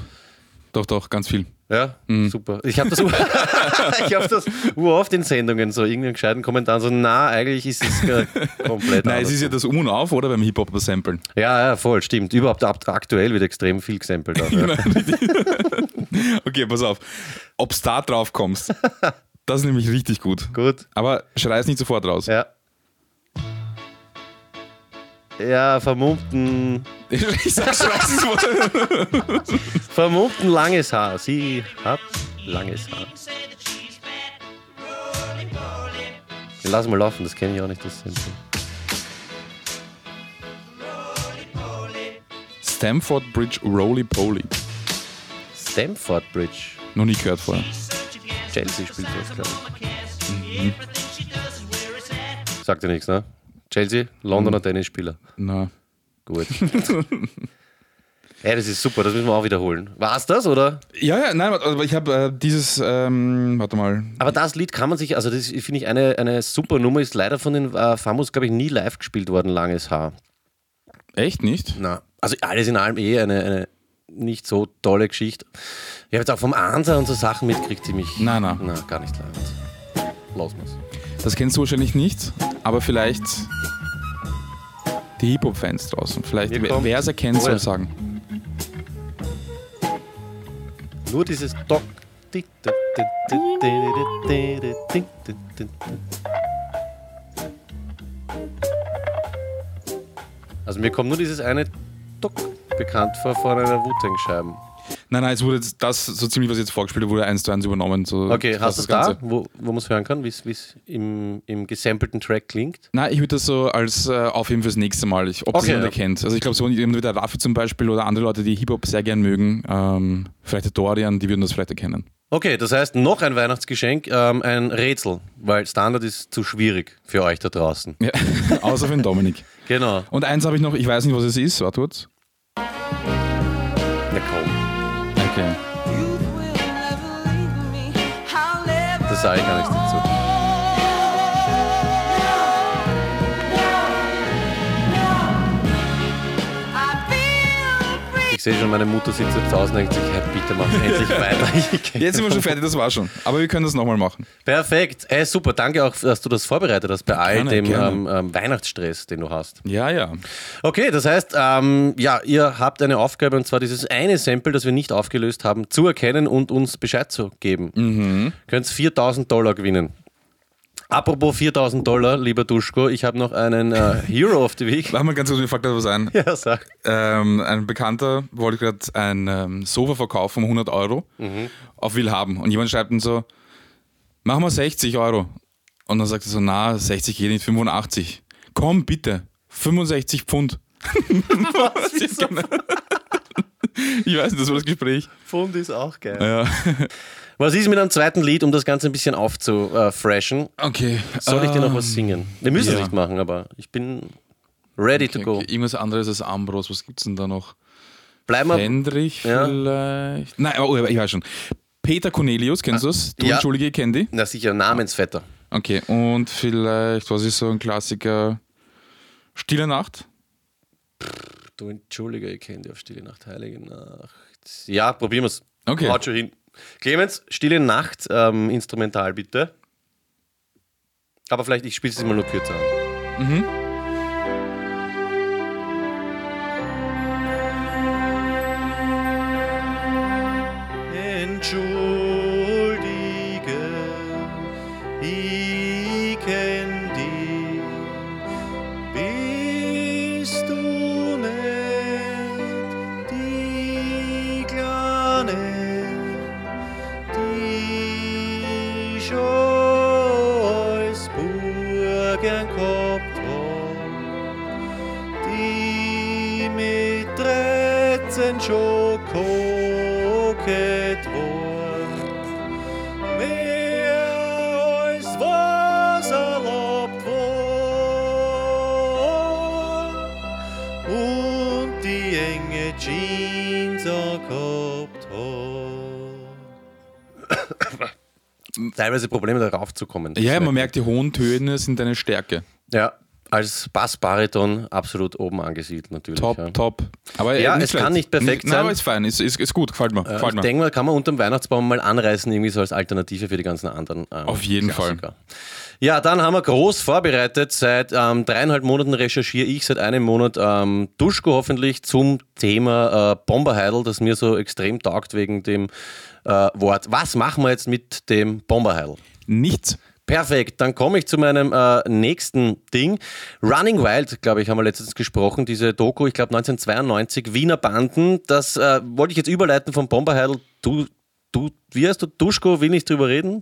B: Doch, doch, ganz viel.
A: Ja, super. Mhm. Ich habe das, ur- ich hab das oft in Sendungen so irgendeinen gescheiten Kommentar so, na, eigentlich ist es äh, komplett
B: Nein,
A: anders.
B: es ist ja das Um und Auf, oder? Beim Hip-Hop-Samplen.
A: ja, ja, voll, stimmt. Überhaupt ab, aktuell wird extrem viel gesampelt. Auch, ja.
B: Okay, pass auf. Ob's da drauf kommst, das ist nämlich richtig gut.
A: Gut,
B: Aber schrei es nicht sofort raus.
A: ja. Ja, vermummten,
B: Ich sag, schrei es nicht sofort.
A: vermummten langes Haar. Sie hat langes Haar. Lass mal laufen, das kenne ich auch nicht, das Sample.
B: Stamford Bridge Roly Poly.
A: Stamford Bridge.
B: Noch nie gehört vorher.
A: Chelsea spielt das, glaube ich. Mhm. Sagt dir nichts, ne? Chelsea, Londoner Tennisspieler.
B: Na.
A: Gut. Ey, das ist super, das müssen wir auch wiederholen. War's das, oder?
B: Ja, ja, nein, warte, aber ich habe äh, dieses, ähm, warte mal.
A: Aber das Lied kann man sich, also das finde ich eine, eine super Nummer, ist leider von den äh, Famos, glaube ich, nie live gespielt worden, langes Haar.
B: Echt nicht?
A: Na, also alles in allem eh eine, eine nicht so tolle Geschichte. Ich habe jetzt auch vom Ansa und so Sachen mitgekriegt, die mich.
B: Nein, nein.
A: Na, gar nicht leider. Los muss.
B: Das kennst du wahrscheinlich nicht, aber vielleicht die Hip-Hop-Fans draußen. Vielleicht,
A: Hier
B: wer
A: kommt-
B: wer es erkennt,
A: Oh ja.
B: soll sagen.
A: Nur dieses Dock. Also mir kommt nur dieses eine Dock bekannt vor von einer Wu-Tang-Scheiben.
B: Nein, nein, es wurde jetzt das, so ziemlich, was jetzt vorgespielt wurde, eins zu eins übernommen. So
A: Okay, hast du es
B: das
A: da,
B: Ganze.
A: wo, wo man es hören kann, wie es im, im gesampelten Track klingt?
B: Nein, ich würde das so als äh, aufheben fürs nächste Mal, ich, ob das
A: Okay,
B: jemand
A: ja.
B: erkennt. Also ich glaube, so jemand wie der Raffi zum Beispiel oder andere Leute, die Hip-Hop sehr gern mögen, ähm, vielleicht der Dorian, die würden das vielleicht erkennen.
A: Okay, das heißt noch ein Weihnachtsgeschenk, ähm, ein Rätsel, weil Standard ist zu schwierig für euch da draußen.
B: Ja. Außer für den Dominik.
A: Genau.
B: Und eins habe ich noch, ich weiß nicht, was es ist, warte kurz.
A: Na komm,
B: Okay.
A: das sage ich gar nichts dazu. Ich sehe schon, meine Mutter sitzt jetzt draußen und denkt sich, hey, bitte mach endlich weiter. Ich-
B: Jetzt sind wir schon fertig, das war schon. Aber wir können das nochmal machen.
A: Perfekt. Hey, super, danke auch, dass du das vorbereitet hast bei all
B: Gerne,
A: dem
B: gerne.
A: Ähm, ähm, Weihnachtsstress, den du hast.
B: Ja, ja.
A: Okay, das heißt, ähm, ja, ihr habt eine Aufgabe und zwar dieses eine Sample, das wir nicht aufgelöst haben, zu erkennen und uns Bescheid zu geben.
B: Mhm.
A: Könnt 4000 Dollar gewinnen. Apropos 4000 Dollar, lieber Duschko, ich habe noch einen äh, Hero of the Week.
B: Mach mal ganz kurz, mir fällt da was ein.
A: ja, sag.
B: Ähm, ein Bekannter wollte gerade ein ähm, Sofa verkaufen um 100 Euro
A: Mhm.
B: auf Will haben. Und jemand schreibt ihm so, mach mal 60 Euro. Und dann sagt er so, na, 60 geht nicht, 85. Komm bitte, 65 Pfund. Was ist genau. Ich weiß nicht, das war das Gespräch.
A: Pfund ist auch geil.
B: Ja.
A: Was ist mit einem zweiten Lied, um das Ganze ein bisschen aufzufreshen?
B: Okay.
A: Soll ich dir noch
B: ähm,
A: was singen? Wir müssen es
B: ja.
A: nicht machen, aber ich bin ready to go.
B: Irgendwas anderes als Ambros, was gibt's denn da noch?
A: Bleib mal.
B: Hendrich
A: Ja.
B: vielleicht. Nein, aber oh, ich weiß schon. Peter Cornelius, kennst du das? Du
A: Ah, ja.
B: entschuldige, kenn die.
A: Na sicher, Namensvetter.
B: Okay, und vielleicht, was ist so ein Klassiker? Stille Nacht?
A: Du entschuldige, ich kenne dich auf Stille Nacht, Heilige Nacht. Ja, probieren wir's.
B: Okay.
A: Haut schon hin. Clemens, Stille Nacht, ähm, instrumental bitte. Aber vielleicht, ich spiele es mal nur kürzer an. Entschuldige, ich kenn dich. Bist du nicht die Kleine, die schon als Burgen gehabt hat, die mit 13 schon kokett war, mehr als was erlaubt war und die enge Jeans angehabt hat. teilweise Probleme, da raufzukommen.
B: Ja, man merkt, die hohen Töne sind deine Stärke.
A: Ja, als Bassbariton absolut oben angesiedelt natürlich.
B: Top,
A: ja.
B: top. Aber
A: Ja,
B: äh, nicht
A: es kann nicht perfekt
B: Nein,
A: sein.
B: aber ist fein, ist, ist, ist gut, gefällt mir.
A: Ja,
B: gefällt
A: Äh, ich
B: mir.
A: denke mal, kann man unterm Weihnachtsbaum mal anreißen, irgendwie so als Alternative für die ganzen anderen. ähm,
B: Auf jeden
A: Klassiker. Ja, dann haben wir groß vorbereitet. Seit ähm, dreieinhalb Monaten recherchiere ich, seit einem Monat ähm, Duschko hoffentlich zum Thema äh, Bomberheidel, das mir so extrem taugt wegen dem äh, Wort. Was machen wir jetzt mit dem Bomberheidel?
B: Nichts.
A: Perfekt, dann komme ich zu meinem äh, nächsten Ding. Running Wild, glaube ich, haben wir letztens gesprochen, diese Doku, ich glaube 1992, Wiener Banden. Das äh, wollte ich jetzt überleiten von Bomberheidel. Du, du, wie heißt du? Duschko, will nicht drüber reden.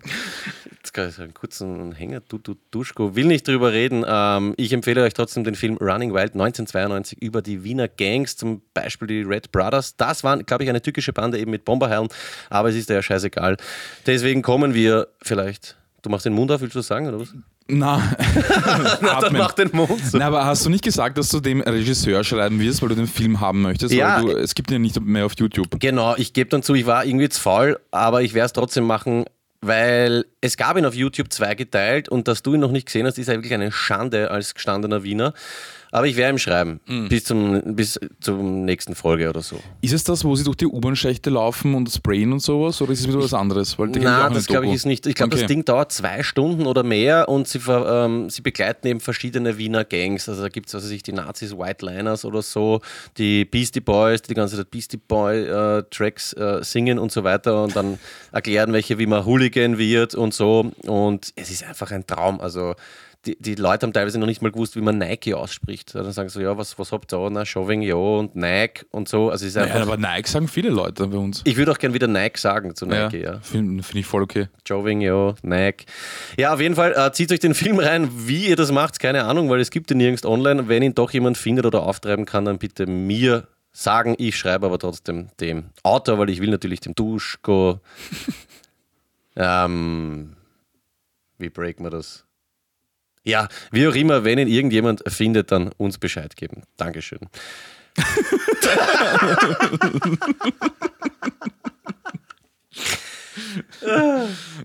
A: Jetzt kann ich so einen kurzen Hänger. Du, du, Duschko, will nicht drüber reden. Ähm, ich empfehle euch trotzdem den Film Running Wild 1992 über die Wiener Gangs, zum Beispiel die Red Brothers. Das waren, glaube ich, eine türkische Bande eben mit Bomberherren, aber es ist ja scheißegal. Deswegen kommen wir vielleicht. Du machst den Mund auf, willst du das sagen oder was?
B: Na, Atmen.
A: den Mund
B: Na, aber hast du nicht gesagt, dass du dem Regisseur schreiben wirst, weil du den Film haben möchtest?
A: Ja.
B: Weil du, es gibt ihn ja nicht mehr auf YouTube.
A: Genau, ich gebe dann zu, ich war irgendwie zu faul, aber ich werde es trotzdem machen, weil es gab ihn auf YouTube zwei geteilt und dass du ihn noch nicht gesehen hast, ist ja wirklich eine Schande als gestandener Wiener. Aber ich werde ihm schreiben, bis, zum, bis zum nächsten Folge oder so.
B: Ist es das, wo sie durch die U-Bahn-Schächte laufen und sprayen und sowas? Oder ist es wieder was anderes? Weil da gibt's auch
A: Na,
B: eine
A: das glaube ich
B: Doku.
A: ist nicht. Ich glaube,
B: Okay.
A: das Ding dauert zwei Stunden oder mehr und sie, ver, ähm, sie begleiten eben verschiedene Wiener Gangs. Also da gibt es, was weiß ich, die Nazis, White Liners oder so, die Beastie Boys, die die ganze Zeit Beastie Boy äh, Tracks äh, singen und so weiter und dann erklären welche, wie man Hooligan wird und so. Und es ist einfach ein Traum. Also die, die Leute haben teilweise noch nicht mal gewusst, wie man Nike ausspricht. Dann sagen sie so, ja, was, was habt ihr da? Na, Chauvin, ja und Nike und so. Also es ist einfach,
B: Ja, aber Nike sagen viele Leute bei uns.
A: ich würde auch gern wieder Nike sagen zu Nike, ja.
B: Finde find ich voll okay.
A: Joving, ja, Nike. Ja, auf jeden Fall äh, zieht euch den Film rein. Wie ihr das macht, keine Ahnung, weil es gibt ihn nirgends online. Wenn ihn doch jemand findet oder auftreiben kann, dann bitte mir sagen. Ich schreibe aber trotzdem dem Autor, weil ich will natürlich dem Duschko. ähm, wie breaken wir das? Ja, wie auch immer, wenn ihn irgendjemand findet, dann uns Bescheid geben. Dankeschön.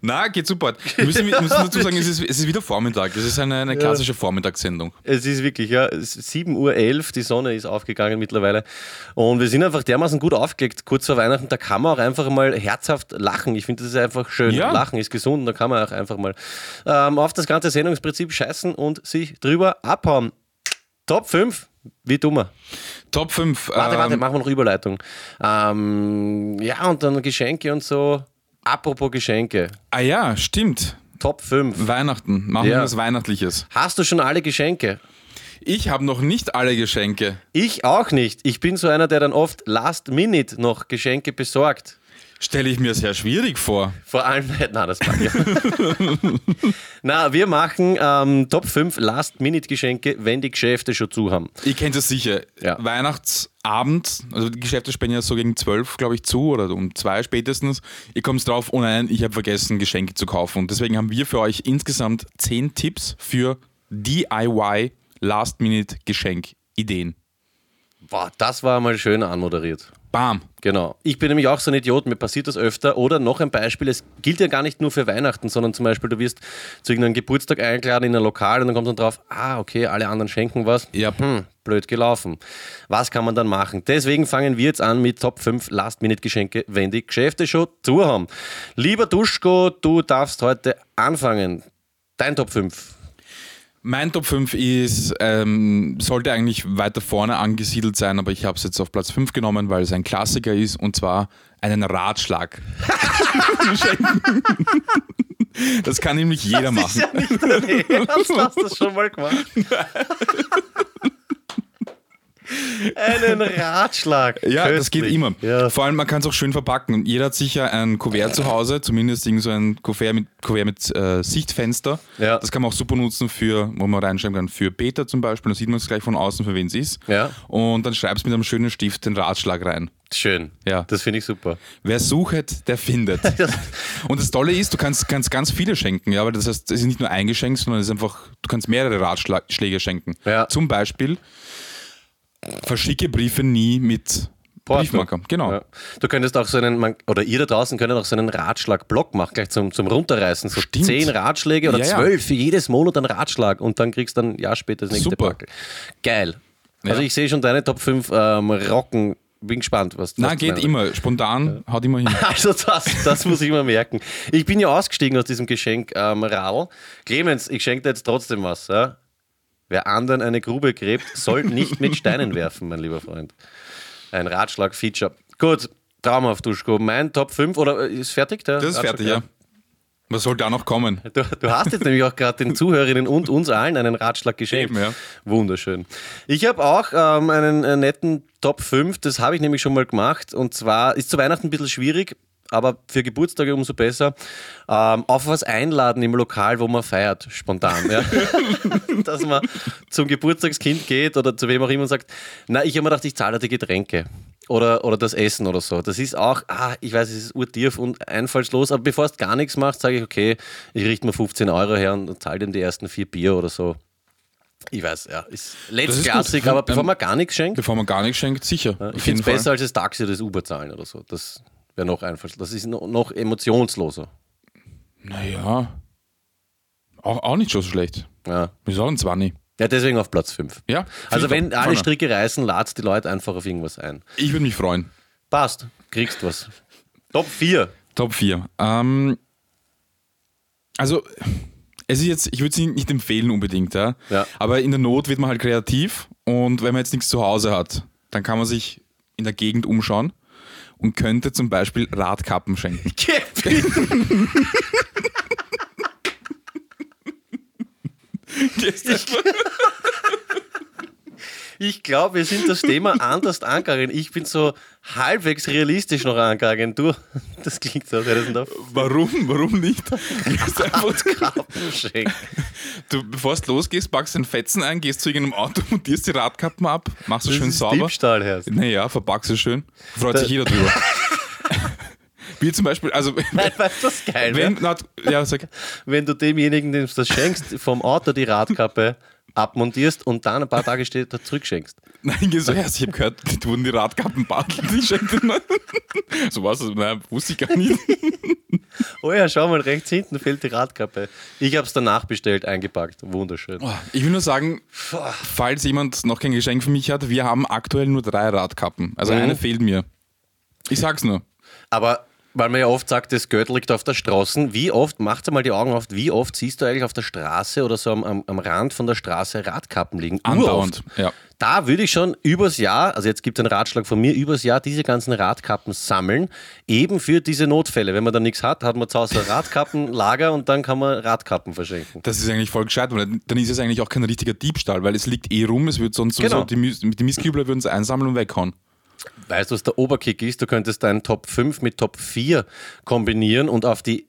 B: Na, geht super. Wir müssen, wir müssen dazu sagen, es ist, es ist wieder Vormittag. Es ist eine, eine klassische Vormittagssendung.
A: Es ist wirklich, ja, es ist 7.11 Uhr, die Sonne ist aufgegangen mittlerweile. Und wir sind einfach dermaßen gut aufgelegt, kurz vor Weihnachten. Da kann man auch einfach mal herzhaft lachen. Ich finde, das ist einfach schön.
B: Ja.
A: Lachen ist gesund, da kann man auch einfach mal ähm, auf das ganze Sendungsprinzip scheißen und sich drüber abhauen. Top 5, wie dummer.
B: Top 5.
A: Warte, warte, machen wir noch Überleitung. Ähm, ja, und dann Geschenke und so. Apropos Geschenke,
B: Ah ja, stimmt.
A: Top 5.
B: Weihnachten. Machen
A: Ja.
B: wir was Weihnachtliches.
A: Hast du schon alle Geschenke?
B: Ich habe noch nicht alle Geschenke.
A: Ich auch nicht. Ich bin so einer, der dann oft last minute noch Geschenke besorgt.
B: Stelle ich mir sehr schwierig vor.
A: Vor allem, na, das war ja. na, wir machen ähm, Top 5 Last-Minute-Geschenke, wenn die Geschäfte schon zu haben.
B: Ihr kennt es sicher.
A: Ja.
B: Weihnachtsabend, also die Geschäfte sperren ja so gegen 12, glaube ich, zu oder um 2 spätestens. Ihr kommt drauf, oh nein, ich habe vergessen, Geschenke zu kaufen. Und deswegen haben wir für euch insgesamt 10 Tipps für DIY Last-Minute-Geschenk-Ideen.
A: Boah, das war mal schön anmoderiert.
B: Bam.
A: Genau. Ich bin nämlich auch so ein Idiot, mir passiert das öfter. Oder noch ein Beispiel, es gilt ja gar nicht nur für Weihnachten, sondern zum Beispiel, du wirst zu irgendeinem Geburtstag eingeladen in ein Lokal und dann kommt dann drauf, ah, okay, alle anderen schenken was.
B: Ja.
A: Hm, blöd gelaufen. Was kann man dann machen? Deswegen fangen wir jetzt an mit Top 5 Last-Minute-Geschenke, wenn die Geschäfte schon zu haben. Lieber Duschko, du darfst heute anfangen. Dein Top 5.
B: Mein Top 5 ist, ähm, sollte eigentlich weiter vorne angesiedelt sein, aber ich habe es jetzt auf Platz 5 genommen, weil es ein Klassiker ist und zwar einen Ratschlag. Schenken. das kann nämlich jeder machen.
A: Hast du das schon mal gemacht? Einen Ratschlag.
B: Ja, das geht
A: Köstlich.
B: immer.
A: Ja.
B: Vor allem, man kann es auch schön verpacken. Und jeder hat sicher ein Kuvert zu Hause, zumindest irgend so ein Kuvert mit, Kuvert mit äh, Sichtfenster.
A: Ja.
B: Das kann man auch super nutzen für, wo man reinschreiben kann, für Beta zum Beispiel. Da sieht man es gleich von außen, für wen es ist.
A: Ja.
B: Und dann schreibst mit einem schönen Stift den Ratschlag rein.
A: Schön.
B: Ja.
A: Das finde ich super.
B: Wer suchet, der findet. Und das Tolle ist, du kannst, kannst ganz viele schenken, ja, aber das heißt, es ist nicht nur ein Geschenk, sondern es ist einfach, du kannst mehrere Ratschläge schenken.
A: Ja.
B: Zum Beispiel, verschicke Briefe nie mit
A: Porto.
B: Briefmarker, genau.
A: Ja. Du könntest auch so einen, man, oder ihr da draußen könnt auch so einen Ratschlag-Block machen, gleich zum, zum Runterreißen. So
B: Stimmt.
A: zehn Ratschläge oder
B: Ja, ja.
A: zwölf für jedes Monat einen Ratschlag und dann kriegst du dann ein Jahr später das nächste
B: Super.
A: Packel. Geil. Also
B: Ja.
A: ich sehe schon deine Top 5 ähm, Rocken. Bin gespannt, was genau
B: Na,
A: was du
B: geht
A: meinst.
B: immer. Spontan haut immer hin.
A: Also das, das muss ich immer merken. Ich bin ja ausgestiegen aus diesem Geschenk ähm, Rau. Clemens, ich schenke dir jetzt trotzdem was. Ja? Wer anderen eine Grube gräbt, soll nicht mit Steinen werfen, mein lieber Freund. Ein Ratschlag-Feature. Gut, traumhaft, Duschko. Mein Top 5, oder äh, ist fertig? Der
B: Das ist
A: Ratschlag?
B: fertig, ja. Was soll da noch kommen?
A: Du, du hast jetzt nämlich auch gerade den Zuhörerinnen und uns allen einen Ratschlag geschenkt.
B: Eben, ja.
A: Wunderschön. Ich habe auch ähm, einen äh, netten Top 5, das habe ich nämlich schon mal gemacht. Und zwar ist zu Weihnachten ein bisschen schwierig, aber für Geburtstage umso besser. Ähm, auf was einladen im Lokal, wo man feiert, spontan. Ja. Dass man zum Geburtstagskind geht oder zu wem auch immer und sagt, na, ich habe mir gedacht, ich zahle die Getränke. Oder, oder das Essen oder so. Das ist auch, ah, ich weiß, es ist urtief und einfallslos, aber bevor du gar nichts machst, sage ich, okay, ich richte mir 15 Euro her und, und zahle dem die ersten vier Bier oder so. Ich weiß, ja, ist
B: Das ist gut.
A: letztklassig, aber bevor
B: Ähm,
A: man gar nichts schenkt,
B: Bevor man gar nichts schenkt, sicher.
A: ich
B: Auf
A: finde
B: jeden
A: es
B: Fall.
A: besser als das Taxi oder das Uber zahlen oder so. Das wäre noch einfallslos. Das ist no, noch emotionsloser.
B: Naja. Auch, auch nicht so schlecht.
A: Ja.
B: Wir sagen zwar nie.
A: ja, deswegen auf Platz 5.
B: Ja.
A: Also,
B: Vielen
A: wenn alle
B: Dank.
A: Stricke reißen, ladst die Leute einfach auf irgendwas ein.
B: Ich würde mich freuen.
A: Passt, kriegst was. Top 4.
B: Top 4. Ähm, also, es ist jetzt, ich würde es nicht empfehlen unbedingt, ja?
A: Ja.
B: aber in der Not wird man halt kreativ und wenn man jetzt nichts zu Hause hat, dann kann man sich in der Gegend umschauen und könnte zum Beispiel Radkappen schenken.
A: Ich glaube, wir sind das Thema anders angegangen. Ich bin so halbwegs realistisch noch angegangen. Du, das klingt so, als hättest du
B: Warum? Warum nicht?
A: Kappen schenken.
B: Du, bevor du losgehst, packst den Fetzen ein, gehst zu irgendeinem Auto, montierst die Radkappen ab, machst es
A: Das
B: schön
A: ist
B: sauber.
A: Diebstahl, Herr.
B: Naja, verpackst du schön. Freut
A: Da-
B: sich jeder drüber. Wie zum Beispiel, also
A: Nein, weißt du, was geil ne?
B: wenn,
A: wenn,
B: na, ja, sag,
A: wenn du demjenigen, dem du das schenkst, vom Auto die Radkappe abmontierst und dann ein paar Tage später zurückschenkst.
B: Nein, geh so erst. Ich habe gehört, die wurden die Radkappen badelt. Ich schenke dir mal. So was, nein, wusste ich gar nicht.
A: Oh ja, schau mal, rechts hinten fehlt die Radkappe. Ich habe es danach bestellt, eingepackt. Wunderschön.
B: Ah, Ich will nur sagen, falls jemand noch kein Geschenk für mich hat, wir haben aktuell nur drei Radkappen. Also
A: Mhm.
B: eine fehlt mir. Ich sag's nur.
A: Aber weil man ja oft sagt, das Geld liegt auf der Straße, wie oft, macht mal die Augen auf, wie oft siehst du eigentlich auf der Straße oder so am, am, am Rand von der Straße Radkappen liegen?
B: Andauernd.
A: Uroft.
B: Ja.
A: Da würde ich schon übers Jahr, also jetzt gibt es einen Ratschlag von mir, übers Jahr diese ganzen Radkappen sammeln, eben für diese Notfälle. Wenn man da nichts hat, hat man zu Hause ein Radkappenlager und dann kann man Radkappen verschenken.
B: Das ist eigentlich voll gescheit, weil dann ist es eigentlich auch kein richtiger Diebstahl, weil es liegt eh rum, es wird sonst
A: Genau.
B: sowieso, die, Mis- die Mistkübler würden es einsammeln und weghauen.
A: Weißt du, was der Oberkick ist? Du könntest deinen Top 5 mit Top 4 kombinieren und auf die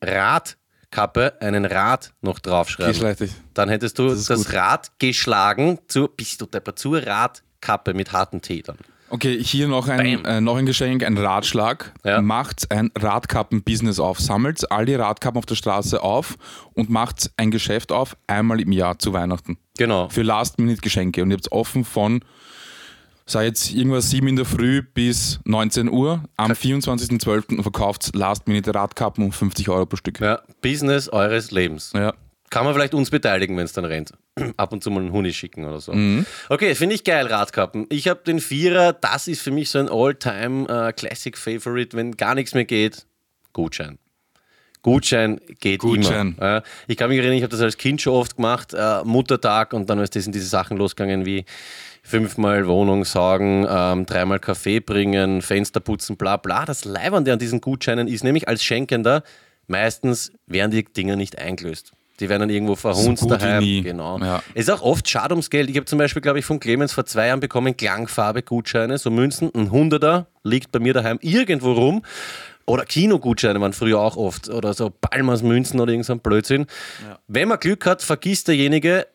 A: Radkappe einen Rad noch draufschreiben.
B: Geschleitig.
A: Dann hättest du das,
B: ist gut.
A: Rad geschlagen zur, bist du depper, zur Radkappe mit harten Tee dann.
B: Okay, hier noch
A: Bam.
B: ein, äh, noch ein Geschenk, ein Ratschlag.
A: Ja.
B: Macht ein Radkappen-Business auf. Sammelt all die Radkappen auf der Straße auf und macht ein Geschäft auf, einmal im Jahr zu Weihnachten.
A: Genau.
B: Für Last-Minute-Geschenke. Und ihr habt offen von, sei jetzt irgendwas 7 in der Früh bis 19 Uhr. Am 24.12. verkauft Last-Minute Radkappen um 50 Euro pro Stück.
A: Ja, Business eures Lebens.
B: Ja.
A: Kann man vielleicht uns beteiligen, wenn es dann rennt. Ab und zu mal einen Huni schicken oder so.
B: Mhm.
A: Okay, finde ich geil, Radkappen. Ich habe den Vierer, das ist für mich so ein All-Time-Classic-Favorite, wenn gar nichts mehr geht. Gutschein. Gutschein geht
B: Gutschein.
A: immer. Ja, ich kann mich erinnern, ich habe das als Kind schon oft gemacht, äh, Muttertag und dann weißt du, sind diese Sachen losgegangen wie fünfmal Wohnung saugen, ähm, dreimal Kaffee bringen, Fenster putzen, bla bla. Das Leibernde an diesen Gutscheinen ist nämlich als Schenkender, meistens werden die Dinger nicht eingelöst. Die werden dann irgendwo verhunzt
B: gut wie
A: daheim.
B: nie.
A: Genau.
B: Ja.
A: Es ist auch oft schade ums Geld. Ich habe zum Beispiel, glaube ich, von Clemens vor zwei Jahren bekommen Klangfarbe-Gutscheine, so Münzen, ein Hunderter, liegt bei mir daheim irgendwo rum. Oder Kinogutscheine waren früher auch oft. Oder so Palmas Münzen oder irgend so ein Blödsinn. Wenn man Glück hat, vergisst derjenige,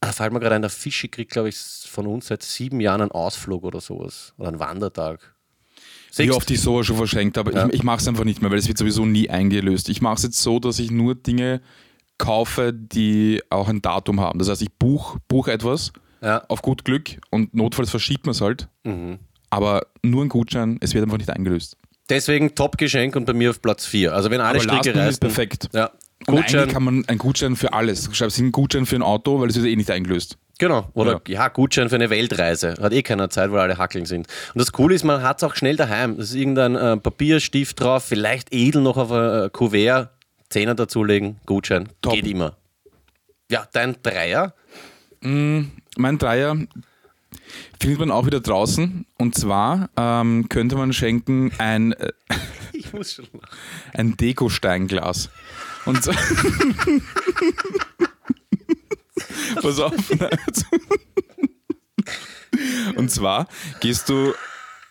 A: da fällt mir gerade ein, der Fischi kriegt, glaube ich, von uns seit sieben Jahren einen Ausflug oder sowas. Oder einen Wandertag.
B: Wie
A: Siehst-
B: oft ich sowas schon verschenkt habe. Ich, ich mache es einfach nicht mehr, weil es wird sowieso nie eingelöst. Ich mache es jetzt so, dass ich nur Dinge kaufe, die auch ein Datum haben. Das heißt, ich buche buch etwas
A: Ja. Mhm.
B: auf gut Glück und notfalls verschiebt man es halt. aber nur ein Gutschein, es wird einfach nicht eingelöst.
A: Deswegen Top-Geschenk und bei mir auf Platz 4. Also wenn alle
B: Aber Last
A: Stricke
B: Minute
A: reißen.
B: ist perfekt.
A: Ja.
B: Und eigentlich
A: Gutschein,
B: kann man einen Gutschein für alles. Du schreibst hin, einen Gutschein für ein Auto, weil es wird eh nicht eingelöst.
A: genau. Oder ja. Gutschein für eine Weltreise. Hat eh keiner Zeit, weil alle hackeln sind. Und das Coole ist, man hat es auch schnell daheim. Das ist irgendein äh, Papierstift drauf, vielleicht edel noch auf ein äh, Kuvert, Zehner dazulegen, Gutschein.
B: Top.
A: Geht immer. Ja, dein Dreier.
B: Mein Dreier findet man auch wieder draußen. Und zwar ähm, könnte man schenken ein, äh,
A: Ich muss schon lachen.
B: ein Dekosteinglas. Und so- Pass auf. und zwar gehst du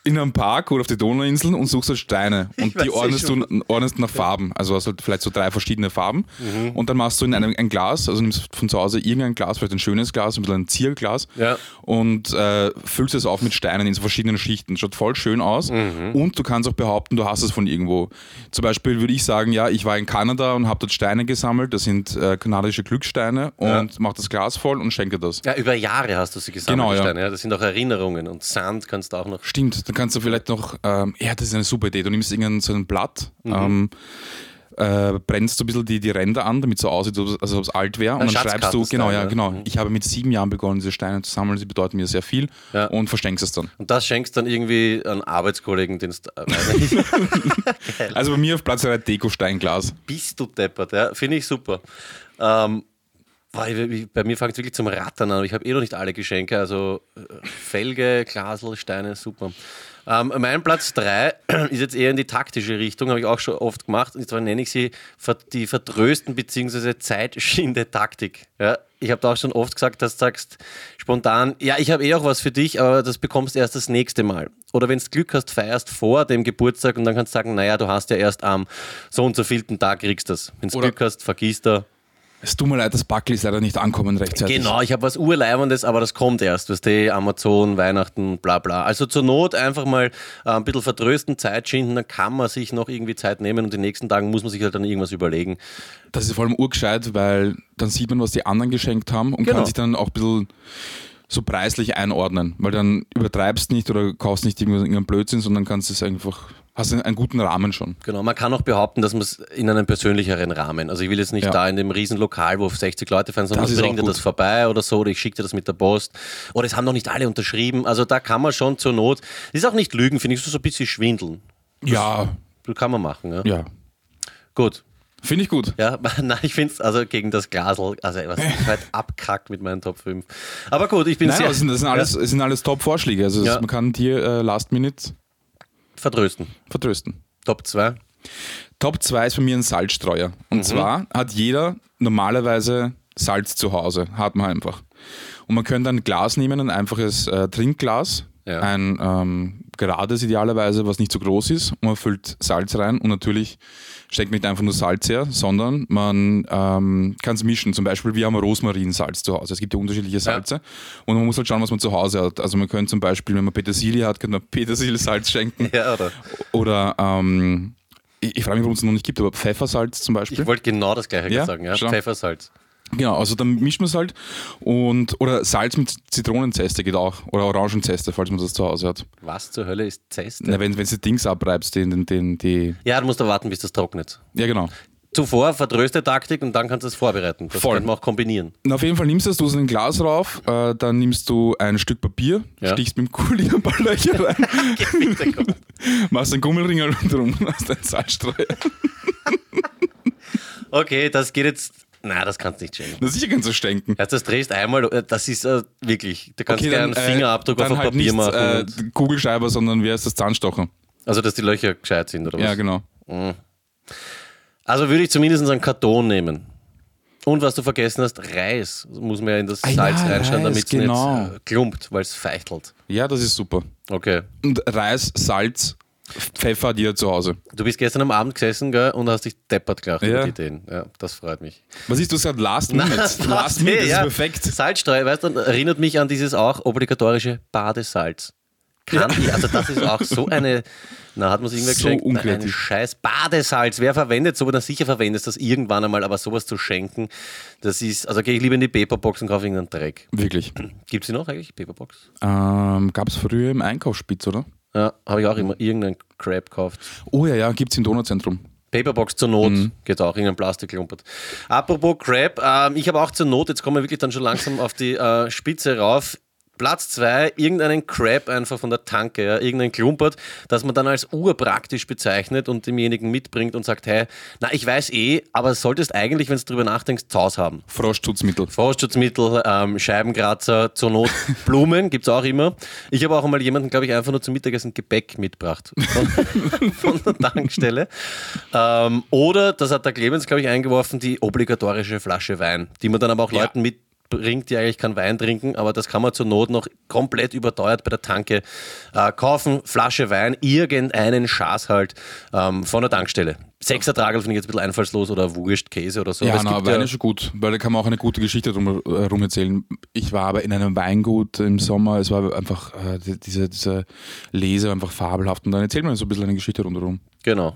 B: in einen Park oder auf die Donauinseln und suchst halt Steine. Und
A: weiß
B: die
A: eh
B: ordnest du ordnest nach Farben. Also hast halt vielleicht so drei verschiedene Farben. Und dann machst du in einem ein Glas, also nimmst von zu Hause irgendein Glas, vielleicht ein schönes Glas, ein bisschen ein Zierglas
A: Ja.
B: und äh, füllst es auf mit Steinen in so verschiedenen Schichten. Schaut voll schön aus. Und du kannst auch behaupten, du hast es von irgendwo. Zum Beispiel würde ich sagen, ja, ich war in Kanada und habe dort Steine gesammelt. Das sind äh, kanadische Glückssteine und mach das Glas voll und schenke das.
A: Ja, über Jahre hast du sie gesammelt.
B: Genau,
A: die
B: ja.
A: Steine, Das sind auch Erinnerungen. Und Sand kannst du auch noch.
B: Stimmt, dann kannst du vielleicht noch, ähm, ja, das ist eine super Idee. Du nimmst irgendein so ein Blatt,
A: Mhm.
B: ähm, äh, brennst du ein bisschen die, die Ränder an, damit es so aussieht, als ob es alt wäre. Und dann schreibst du,
A: Schatzkartenstyle, Mhm.
B: genau, ja,
A: ja.
B: genau. Ich habe mit sieben Jahren begonnen, diese Steine zu sammeln, sie bedeuten mir sehr viel
A: Ja.
B: und verschenkst es dann.
A: Und das schenkst dann irgendwie an Arbeitskollegen, den du. äh, weiß nicht.
B: Also bei mir auf Platz 3 Deko-Steinglas.
A: bist du deppert, ja? finde ich super. Ähm, boah, ich- ich- bei mir fängt es wirklich zum Rattern an. Ich habe eh noch nicht alle Geschenke, also äh, Felge, Glasel, Steine, super. Ähm, mein Platz 3 ist jetzt eher in die taktische Richtung, habe ich auch schon oft gemacht. Und zwar nenne ich sie ver- die vertrösten bzw. zeitschinde Taktik. Ja, ich habe da auch schon oft gesagt, dass du sagst spontan, ja, ich habe eh auch was für dich, aber das bekommst du erst das nächste Mal. Oder wenn du Glück hast, feierst vor dem Geburtstag und dann kannst du sagen, naja, du hast ja erst am so und so vielten Tag kriegst du das. Wenn du
B: Oder-
A: Glück hast, vergisst du.
B: Es tut mir leid, das Backel ist leider nicht ankommen rechtzeitig.
A: Genau, ich habe was Urleibendes, aber das kommt erst, weißt du, eh, Amazon, Weihnachten, bla bla. Also zur Not einfach mal äh, ein bisschen vertrösten, Zeit schinden, dann kann man sich noch irgendwie Zeit nehmen und in den nächsten Tagen muss man sich halt dann irgendwas überlegen.
B: Das ist vor allem urgescheit, weil dann sieht man, was die anderen geschenkt haben und
A: Genau.
B: kann sich dann auch ein bisschen so preislich einordnen, weil dann übertreibst nicht oder kaufst nicht irgendwas- irgendeinen Blödsinn, sondern kannst es einfach, hast einen, einen guten Rahmen schon.
A: Genau, man kann auch behaupten, dass man es in einem persönlicheren Rahmen, also ich will jetzt nicht
B: Ja.
A: da in dem riesen Lokal, wo 60 Leute fahren, sondern
B: Das
A: ich
B: ist
A: bringe
B: auch
A: dir
B: gut.
A: das vorbei oder so, oder ich schicke dir das mit der Post. Oder es haben noch nicht alle unterschrieben, also da kann man schon zur Not, das ist auch nicht Lügen, finde ich, so ein bisschen schwindeln.
B: Ja,
A: Das kann man machen, ja.
B: ja.
A: Gut,
B: Finde ich gut.
A: Ja, nein, ich finde es also gegen das Glasl, also was ich halt abkackt mit meinen Top 5. Aber gut, ich bin
B: Nein,
A: sehr
B: aber es sind, das sind alles, es sind alles Top-Vorschläge. Also
A: Ja.
B: das- man kann dir äh, Last Minute
A: vertrösten.
B: vertrösten.
A: Top 2.
B: Top 2 ist bei mir ein Salzstreuer. Und zwar hat jeder normalerweise Salz zu Hause. Hat man einfach. Und man könnte ein Glas nehmen, ein einfaches äh, Trinkglas.
A: Ja.
B: Ein ähm, gerades idealerweise, was nicht zu groß ist. Und man füllt Salz rein. Und natürlich steckt man nicht einfach nur Salz her, sondern man ähm, kann es mischen. Zum Beispiel, wir haben Rosmarinsalz zu Hause. Es gibt ja unterschiedliche Salze. Und man muss halt schauen, was man zu Hause hat. Also man könnte zum Beispiel, wenn man Petersilie hat, könnte man Petersilsalz schenken.
A: Ja, oder?
B: Oder ähm, ich, ich frage mich, warum es noch nicht gibt, aber Pfeffersalz zum Beispiel.
A: Ich wollte genau das gleiche
B: Ja,
A: sagen, ja.
B: schon.
A: Pfeffersalz.
B: Genau, also dann mischt man es halt. Und, oder Salz mit Zitronenzeste geht auch. Oder Orangenzeste, falls man das zu Hause hat.
A: Was zur Hölle ist Zeste?
B: Na, wenn wenn du die Dings abreibst, den, den, den, die.
A: Ja, du musst da warten, bis das trocknet.
B: Ja, genau.
A: Zuvor vertröste Taktik und dann kannst du es vorbereiten. Das
B: Voll.
A: kann man auch kombinieren.
B: Na, auf jeden Fall nimmst du es, du hast ein Glas rauf, äh, dann nimmst du ein Stück Papier,
A: Ja.
B: stichst mit dem Kuli ein paar Löcher rein, machst einen Gummelring rundherum und hast einen Salzstreuer.
A: Okay, das geht jetzt. Nein, das kannst du nicht schenken.
B: Na, sicher kannst du es schenken.
A: Ja, das drehst einmal, äh, das ist äh, wirklich, da kannst du dir einen
B: äh,
A: Fingerabdruck auf
B: dann
A: ein
B: halt
A: Papier
B: nicht,
A: machen.
B: Äh,
A: und-
B: Kugelschreiber, sondern wer ist das Zahnstocher?
A: also, dass die Löcher gescheit sind, oder was?
B: Ja, genau.
A: Also würde ich zumindest einen Karton nehmen. Und was du vergessen hast, Reis muss man ja in das
B: Ah ja,
A: Salz reinschauen,
B: Reis,
A: damit es
B: genau.
A: nicht äh, klumpt, weil es feichtelt.
B: Ja, das ist super.
A: Okay.
B: Und Reis, Salz, Pfeffer hat jeder zu Hause.
A: Du bist gestern am Abend gesessen gell, und hast dich deppert gelacht
B: Ja.
A: über die Ideen. Ja, das freut mich.
B: Was ist du hast gesagt? Last Minute. Last
A: passt
B: Minute
A: eh,
B: das ist
A: ja.
B: perfekt.
A: Salzstreu, weißt du, erinnert mich an dieses auch obligatorische Badesalz. kann ich, also das ist auch so eine, na hat man sich irgendwer
B: So
A: geschenkt, na, ein
B: unkreativ.
A: scheiß Badesalz, wer verwendet sowas, na sicher verwendest du das irgendwann einmal, aber sowas zu schenken, das ist, also gehe ich lieber in die Paperbox und kaufe irgendeinen Dreck.
B: Wirklich.
A: Gibt sie noch eigentlich, Paperbox?
B: Ähm, Gab es früher im Einkaufsspitz, oder?
A: Ja, habe ich auch immer irgendeinen Crap gekauft.
B: Oh ja, ja, gibt es im Donauzentrum.
A: Paperbox zur Not geht auch, irgendein Plastik klumpert. Apropos Crap, ähm, ich habe auch zur Not, jetzt kommen wir wirklich dann schon langsam auf die äh, Spitze rauf. Platz 2, irgendeinen Crap einfach von der Tanke, ja, irgendein Klumpert, das man dann als urpraktisch bezeichnet und demjenigen mitbringt und sagt, hey, na, ich weiß eh, aber solltest eigentlich, wenn du drüber nachdenkst, zu Hause haben.
B: Frostschutzmittel.
A: Frostschutzmittel, ähm, Scheibenkratzer, zur Not Blumen gibt es auch immer. Ich habe auch einmal jemanden, glaube ich, einfach nur zum Mittagessen Gebäck mitgebracht von, von der Tankstelle. Ähm, oder, das hat der Clemens, glaube ich, eingeworfen, die obligatorische Flasche Wein, die man dann aber auch
B: Ja.
A: Leuten mitbringt, die eigentlich keinen Wein trinken, aber das kann man zur Not noch komplett überteuert bei der Tanke äh, kaufen. Flasche Wein, irgendeinen Schaß halt ähm, von der Tankstelle. Sechser Tragel finde ich jetzt ein bisschen einfallslos oder Wurscht, Käse oder so.
B: Ja,
A: aber es
B: na,
A: gibt
B: Wein ist schon gut, weil da kann man auch eine gute Geschichte drum herum erzählen. Ich war aber in einem Weingut im Sommer, es war einfach äh, die- diese, diese Leser einfach fabelhaft und dann erzählt man so ein bisschen eine Geschichte rundherum.
A: Genau.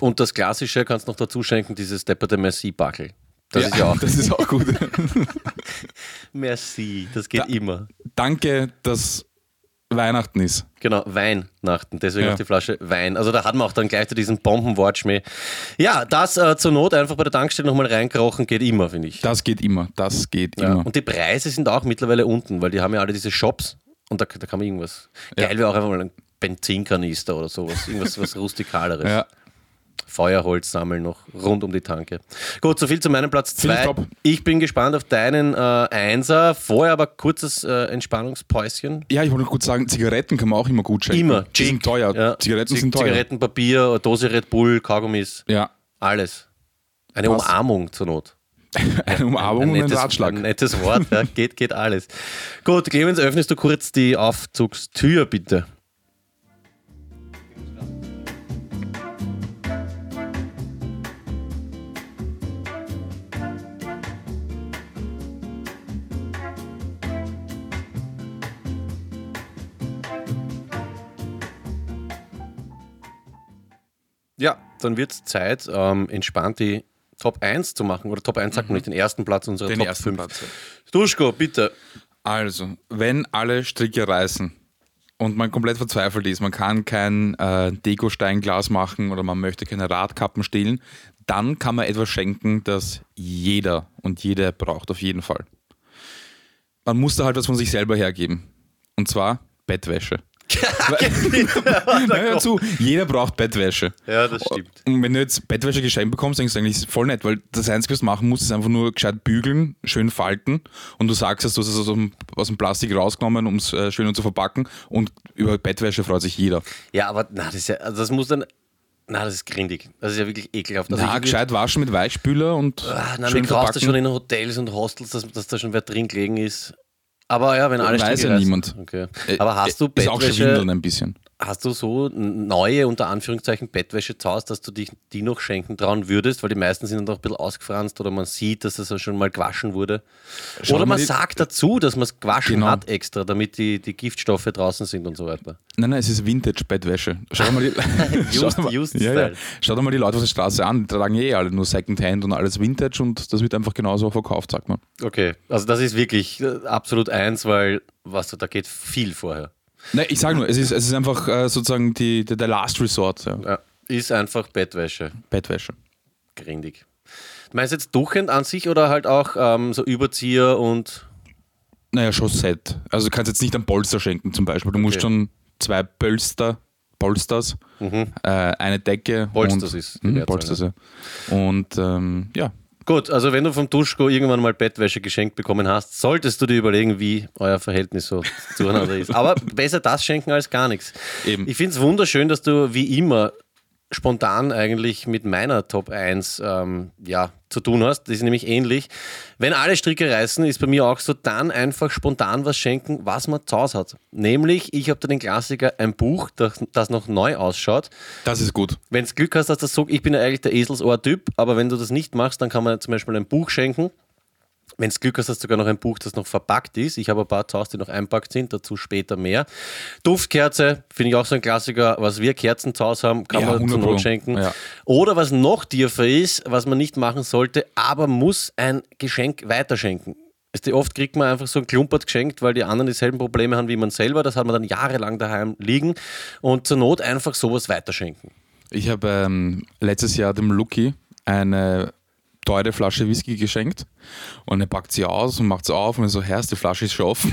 A: Und das Klassische kannst du noch dazu schenken, dieses depperte Merci-Backel. Das ist ja auch.
B: Das ist auch gut.
A: Merci, das geht
B: Da-
A: immer.
B: Danke, dass Weihnachten ist.
A: Genau, Weihnachten, deswegen
B: Ja.
A: auf die Flasche Wein. Also da hat man auch dann gleich zu diesen Bombenwortschmäh. Ja, das äh, zur Not einfach bei der Tankstelle nochmal reinkrochen, geht immer, finde ich.
B: Das geht immer, das geht
A: Ja.
B: immer.
A: Und die Preise sind auch mittlerweile unten, weil die haben ja alle diese Shops und da, da kann man irgendwas. Geil wäre auch einfach mal ein Benzinkanister oder sowas, irgendwas was Rustikaleres.
B: Ja.
A: Feuerholz sammeln noch rund um die Tanke. Gut, soviel zu meinem Platz
B: Finde ich
A: 2.
B: top.
A: Ich bin gespannt auf deinen äh, Einser. Vorher aber kurzes äh, Entspannungspäuschen.
B: ja, ich wollte noch kurz sagen, Zigaretten kann man auch immer gut schenken.
A: Immer.
B: Die sind
A: Chic.
B: teuer.
A: Ja.
B: Zigaretten
A: Zig-
B: sind teuer.
A: Zigarettenpapier, eine Dose Red Bull, Kaugummis,
B: Ja,
A: alles. Eine
B: Passt.
A: Umarmung zur Not.
B: eine Umarmung
A: ein
B: und ein
A: nettes,
B: Ratschlag.
A: Ein nettes Wort, ja. geht, geht alles. Gut, Clemens, öffnest du kurz die Aufzugstür, bitte. Ja, dann wird es Zeit, ähm, entspannt die Top 1 zu machen. Oder Top 1 sagt man nicht, den ersten Platz unserer
B: Mhm. Den
A: Top
B: ersten
A: 5.
B: Platz, ja.
A: Duschko, bitte.
B: Also, wenn alle Stricke reißen und man komplett verzweifelt ist, man kann kein äh, Dekosteinglas machen oder man möchte keine Radkappen stehlen, dann kann man etwas schenken, das jeder und jede braucht, auf jeden Fall. Man muss da halt was von sich selber hergeben. Und zwar Bettwäsche. Na, hör zu, jeder braucht Bettwäsche.
A: Ja, das stimmt.
B: Und wenn du jetzt Bettwäsche geschenkt bekommst, denkst du eigentlich, ist voll nett, weil das Einzige, was du machen musst, ist einfach nur gescheit bügeln, schön falten und du sagst, dass du hast es aus dem, aus dem Plastik rausgenommen, um es äh, schön zu verpacken und über Bettwäsche freut sich jeder.
A: Ja, aber na, das, ist ja, also das muss dann. Na, das ist grindig. Das ist ja wirklich ekelhaft. Also
B: Na,
A: ich-
B: gescheit waschen mit Weichspüler und
A: Ah, nein,
B: schön
A: du kaufst
B: verpacken.
A: das schon in Hotels und Hostels, dass, dass da schon wer drin gelegen ist. Aber ja, wenn alles
B: Weiß ja niemand.
A: Okay.
B: Äh,
A: Aber hast du
B: Ist auch ne?
A: Bettwäsche,
B: schwindeln ein bisschen.
A: hast du so n- neue, unter Anführungszeichen, Bettwäsche zu Hause, dass du dich die noch schenken trauen würdest? Weil die meisten sind dann doch ein bisschen ausgefranst oder man sieht, dass das ja schon mal gewaschen wurde.
B: Schau
A: oder
B: mal
A: man
B: die-
A: sagt dazu, dass man es gewaschen
B: Genau.
A: hat extra, damit die, die Giftstoffe draußen sind und so weiter.
B: Nein, nein, es ist Vintage-Bettwäsche. Schau dir mal die, schau dir mal,
A: used
B: ja, ja.
A: style.
B: Schau dir mal die Leute auf der Straße an, die tragen eh alle nur Secondhand und alles Vintage und das wird einfach genauso verkauft, sagt man.
A: Okay, also das ist wirklich äh, absolut eins, weil was da geht viel vorher.
B: Nein, ich sage nur, es ist, es ist einfach äh, sozusagen die, der, der Last Resort, ja.
A: Ja, ist einfach Bettwäsche,
B: Bettwäsche.
A: grindig. Du meinst jetzt Duchend an sich oder halt auch ähm, so Überzieher und
B: Naja, schon Set. Also du kannst jetzt nicht einen Polster schenken zum Beispiel. Du musst
A: Okay.
B: schon zwei Polster, Polsters, äh, eine Decke.
A: Polsters
B: und,
A: Mhm. ist die ne?
B: Mh,
A: Mehrzahl,
B: Polsters, ja. Und ähm, ja,
A: gut, also wenn du vom Duschko irgendwann mal Bettwäsche geschenkt bekommen hast, solltest du dir überlegen, wie euer Verhältnis so zueinander ist. Aber besser das schenken als gar nichts.
B: Eben.
A: Ich finde es wunderschön, dass du wie immer spontan eigentlich mit meiner Top 1 ähm, ja, zu tun hast. Die ist nämlich ähnlich. Wenn alle Stricke reißen, ist bei mir auch so, dann einfach spontan was schenken, was man zu Hause hat. Nämlich, ich habe da den Klassiker, ein Buch, das, das noch neu ausschaut.
B: das ist gut.
A: Wenn du Glück hast, dass das so, ich bin ja eigentlich der Eselsohr-Typ, aber wenn du das nicht machst, dann kann man zum Beispiel ein Buch schenken Wenn du Glück hast, hast du sogar noch ein Buch, das noch verpackt ist. Ich habe ein paar zu Hause, die noch einpackt sind, dazu später mehr. Duftkerze, finde ich auch so ein Klassiker. Was wir Kerzen zu Hause haben, kann
B: Ja,
A: man
B: 100
A: zur
B: Pro.
A: Not schenken.
B: Ja.
A: Oder was noch tiefer ist, was man nicht machen sollte, aber muss ein Geschenk weiterschenken. Weißt du, Oft kriegt man einfach so ein Klumpert geschenkt, weil die anderen dieselben Probleme haben wie man selber. Das hat man dann jahrelang daheim liegen und zur Not einfach sowas weiterschenken.
B: Ich habe ähm, letztes Jahr dem Lucky eine teure Flasche Whisky geschenkt und er packt sie aus und macht sie auf und ich so, Herrst, die Flasche ist schon offen.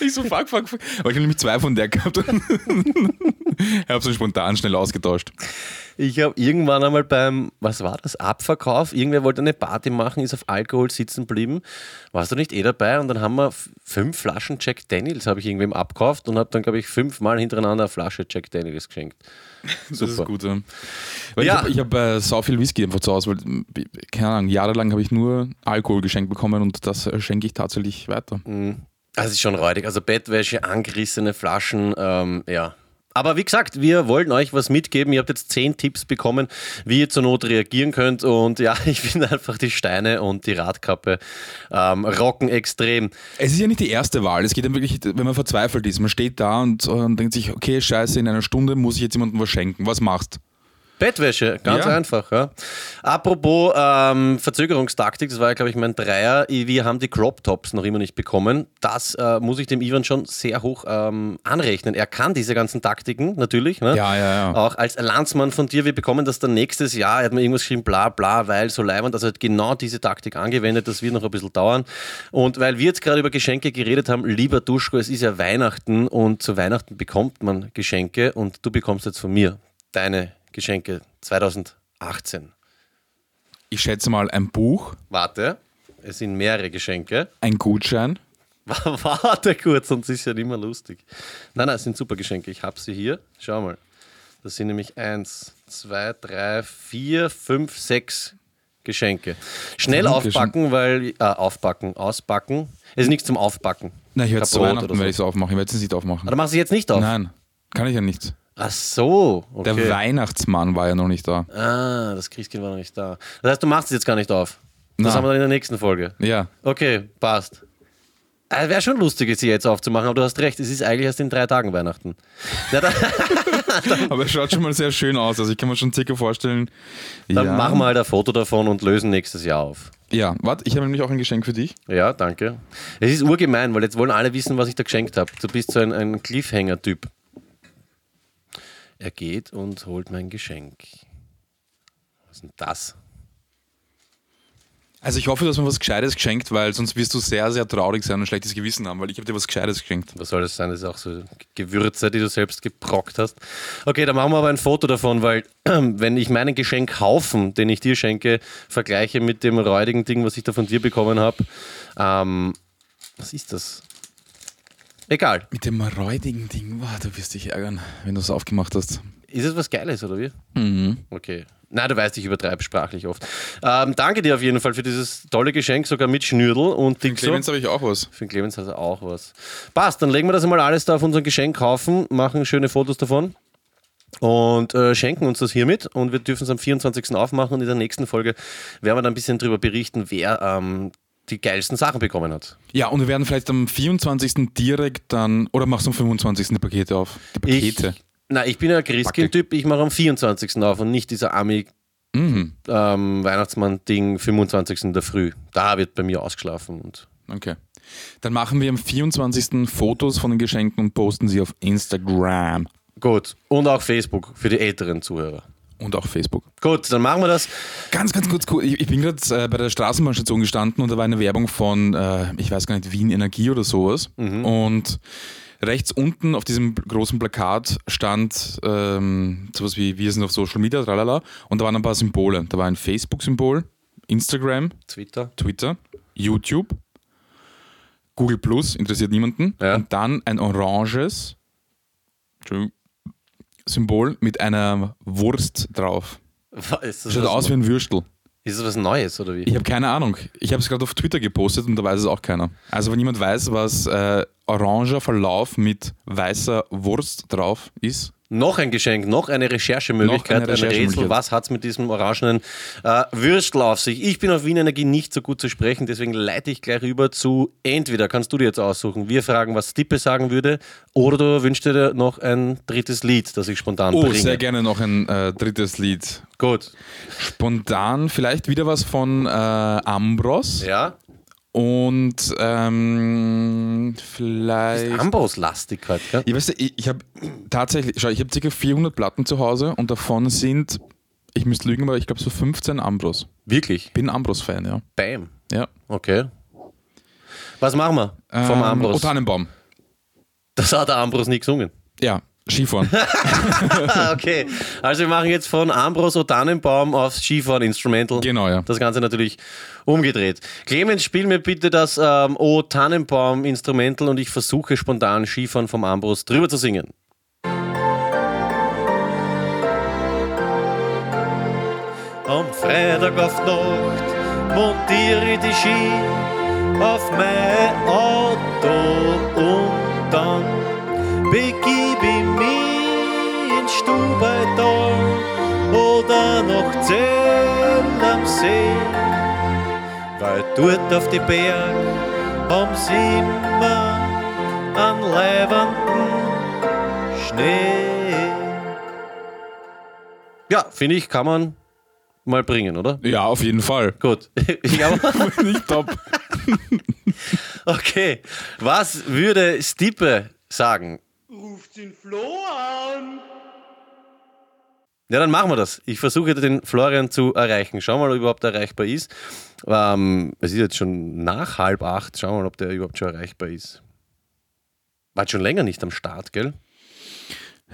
B: ich so, fuck, fuck, fuck. Aber ich habe nämlich zwei von der gehabt und habe sie spontan schnell ausgetauscht.
A: Ich habe irgendwann einmal beim, was war das, Abverkauf, irgendwer wollte eine Party machen, ist auf Alkohol sitzen geblieben. Warst du nicht eh dabei? Und dann haben wir f- fünf Flaschen Jack Daniels, habe ich irgendwem abkauft und habe dann, glaube ich, fünfmal hintereinander eine Flasche Jack Daniels geschenkt.
B: Das ist
A: Super.
B: gut, ja. Weil
A: Ja.
B: Ich habe hab, äh, so viel Whisky einfach zu Hause, weil, m, b- keine Ahnung, jahrelang habe ich nur Alkohol geschenkt bekommen und das äh, schenke ich tatsächlich weiter.
A: Das ist schon räudig. Also Bettwäsche, angerissene Flaschen, ähm, ja. Aber wie gesagt, wir wollten euch was mitgeben. Ihr habt jetzt zehn Tipps bekommen, wie ihr zur Not reagieren könnt. Und ja, ich finde einfach die Steine und die Radkappe ähm, rocken extrem.
B: Es ist ja nicht die erste Wahl. Es geht dann wirklich, wenn man verzweifelt ist. Man steht da und, äh, und denkt sich, okay, scheiße, in einer Stunde muss ich jetzt jemandem was schenken. Was machst
A: Bettwäsche, ganz
B: Ja.
A: einfach. Ja. Apropos ähm, Verzögerungstaktik, das war ja, glaube ich, mein Dreier. Wir haben die Crop Tops noch immer nicht bekommen. Das äh, muss ich dem Ivan schon sehr hoch ähm, anrechnen. Er kann diese ganzen Taktiken natürlich. Ne?
B: Ja, ja, ja.
A: Auch als Landsmann von dir, wir bekommen das dann nächstes Jahr. Er hat mir irgendwas geschrieben, bla, bla, weil so leibend. Also er hat genau diese Taktik angewendet. Das wird noch ein bisschen dauern. Und weil wir jetzt gerade über Geschenke geredet haben, lieber Duschko, es ist ja Weihnachten und zu Weihnachten bekommt man Geschenke und du bekommst jetzt von mir deine Geschenke 2018.
B: Ich schätze mal ein Buch,
A: Warte, es sind mehrere Geschenke.
B: ein Gutschein.
A: Warte kurz, sonst ist ja nicht mehr lustig. Nein, nein, es sind super Geschenke. Ich habe sie hier. Schau mal. Das sind nämlich eins, zwei, drei, vier, fünf, sechs Geschenke. Schnell
B: Dankeschön.
A: aufpacken, weil. Äh, aufpacken, auspacken. Es ist nichts zum Aufbacken.
B: Na, ich werde es zu
A: Kabrot
B: Weihnachten
A: oder so.
B: werde ich es aufmachen. Ich werde es nicht aufmachen.
A: Ah, Da machst du jetzt nicht auf.
B: Nein, kann ich ja nicht.
A: Ach so. Okay.
B: Der Weihnachtsmann war ja noch nicht da.
A: Ah, das Christkind war noch nicht da. Das heißt, du machst es jetzt gar nicht auf. Das
B: Nein.
A: haben wir dann in der nächsten Folge.
B: Ja.
A: Okay, passt. Ah, Wäre schon lustig, es hier jetzt aufzumachen, aber du hast recht, es ist eigentlich erst in drei Tagen Weihnachten. Na, dann,
B: Aber es schaut schon mal sehr schön aus. Also ich kann mir schon circa vorstellen.
A: dann
B: ja.
A: machen wir halt ein Foto davon und lösen nächstes Jahr auf.
B: Ja, warte, ich habe nämlich auch ein Geschenk für dich.
A: Ja, danke. Es ist urgemein, weil jetzt wollen alle wissen, was ich da geschenkt habe. Du bist so ein, ein Cliffhanger-Typ. Er geht und holt mein Geschenk. Was ist denn das?
B: Also ich hoffe, dass man was Gescheites geschenkt, weil sonst wirst du sehr, sehr traurig sein und ein schlechtes Gewissen haben, weil ich habe dir was Gescheites geschenkt.
A: Was soll das sein? Das ist auch so Gewürze, die du selbst gebrockt hast. Okay, dann machen wir aber ein Foto davon, weil wenn ich meinen Geschenkhaufen, den ich dir schenke, vergleiche mit dem räudigen Ding, was ich da von dir bekommen habe, ähm, was ist das? Egal.
B: Mit dem räudigen Ding, wow, du wirst dich ärgern, wenn du es aufgemacht hast.
A: Ist es was Geiles, oder wie? Okay. Na, du weißt, ich übertreibe sprachlich oft. Ähm, danke dir auf jeden Fall für dieses tolle Geschenk, sogar mit Schnürdel und Ding so.
B: Clemens habe ich auch was.
A: Für den Clemens hat er auch was. Passt, dann legen wir das mal alles da auf unseren Geschenkhaufen, machen schöne Fotos davon und äh, schenken uns das hiermit. Und wir dürfen es am 24. aufmachen und in der nächsten Folge werden wir dann ein bisschen darüber berichten, wer ähm, die geilsten Sachen bekommen hat.
B: Ja, und wir werden vielleicht am 24. direkt dann, oder machst du am 25. die Pakete auf? Die Pakete.
A: Ich, na, ich bin ja ein Christkind-Typ, ich mache am 24. auf und nicht dieser Ami. Ähm, Weihnachtsmann-Ding, 25. in der Früh. Da wird bei mir ausgeschlafen. Und
B: Okay. Dann machen wir am 24. Fotos von den Geschenken und posten sie auf Instagram
A: gut. Und auch Facebook für die älteren Zuhörer.
B: und auch Facebook.
A: Gut, dann machen wir das.
B: Ganz, ganz kurz, cool. ich, ich bin gerade äh, bei der Straßenbahnstation gestanden und da war eine Werbung von, äh, ich weiß gar nicht, Wien Energie oder sowas.
A: Mhm.
B: Und rechts unten auf diesem großen Plakat stand ähm, sowas wie Wir sind auf Social Media, tralala. Und da waren ein paar Symbole. Da war ein Facebook-Symbol, Instagram,
A: Twitter.
B: Twitter, YouTube, Google Plus, interessiert niemanden.
A: Ja.
B: Und dann ein oranges Entschuldigung, Symbol mit einer Wurst drauf.
A: Ist das
B: Schaut
A: was-
B: aus wie ein Würstel.
A: Ist es was Neues oder wie?
B: Ich habe keine Ahnung. Ich habe es gerade auf Twitter gepostet und da weiß es auch keiner. Also wenn jemand weiß, was äh, oranger Verlauf mit weißer Wurst drauf ist,
A: Noch ein Geschenk, noch eine Recherchemöglichkeit,
B: Noch eine
A: ein Rätsel.
B: Recherchemöglichkeit.
A: Was hat es mit diesem orangenen äh, Würstel auf sich? Ich bin auf Wien Energie nicht so gut zu sprechen, deswegen leite ich gleich rüber zu entweder kannst du dir jetzt aussuchen. Wir fragen, was Stippe sagen würde, oder du wünschst dir noch ein drittes Lied, das ich spontan
B: Oh,
A: bringe.
B: sehr gerne noch ein äh, drittes Lied.
A: Gut.
B: Spontan vielleicht wieder was von äh, Ambros
A: Ja.
B: und ähm, vielleicht.
A: Ambros-lastig halt, gell?
B: Ich weiß nicht, ich, ich habe tatsächlich, schau, ich habe ca. 400 Platten zu Hause und davon sind, ich müsste lügen, aber ich glaube so 15 Ambros.
A: Wirklich?
B: Bin Ambros-Fan, ja.
A: Bam.
B: ja.
A: Okay. Was machen wir vom
B: Ähm,
A: Ambros?
B: Oh, Tannenbaum.
A: Das hat der Ambros nie gesungen.
B: Ja, Skifahren.
A: Ah, okay. Also wir machen jetzt von Ambros Otanenbaum aufs Skifahren Instrumental.
B: Genau, ja.
A: Das Ganze natürlich umgedreht. Clemens, spiel mir bitte das ähm, O Tannenbaum Instrumental und ich versuche spontan Skifahren vom Ambros drüber zu singen. Am Freitag auf die Nacht montiere ich die Ski auf mein Auto und dann begib ich mich ins Stubaital oder nach Zell am See, weil dort auf die Berg am Simmer an leibenden Schnee. Ja, finde ich, kann man mal bringen, oder?
B: ja, auf jeden Fall.
A: Gut. Ich aber
B: Nicht top.
A: Okay, was würde Stippe sagen?
H: Ruft den Flo an.
A: Ja, dann machen wir das. Ich versuche den Florian zu erreichen. Schauen wir mal, ob er überhaupt erreichbar ist. Ähm, es ist jetzt schon nach halb acht. Schauen wir mal, ob der überhaupt schon erreichbar ist. War jetzt schon länger nicht am Start, gell?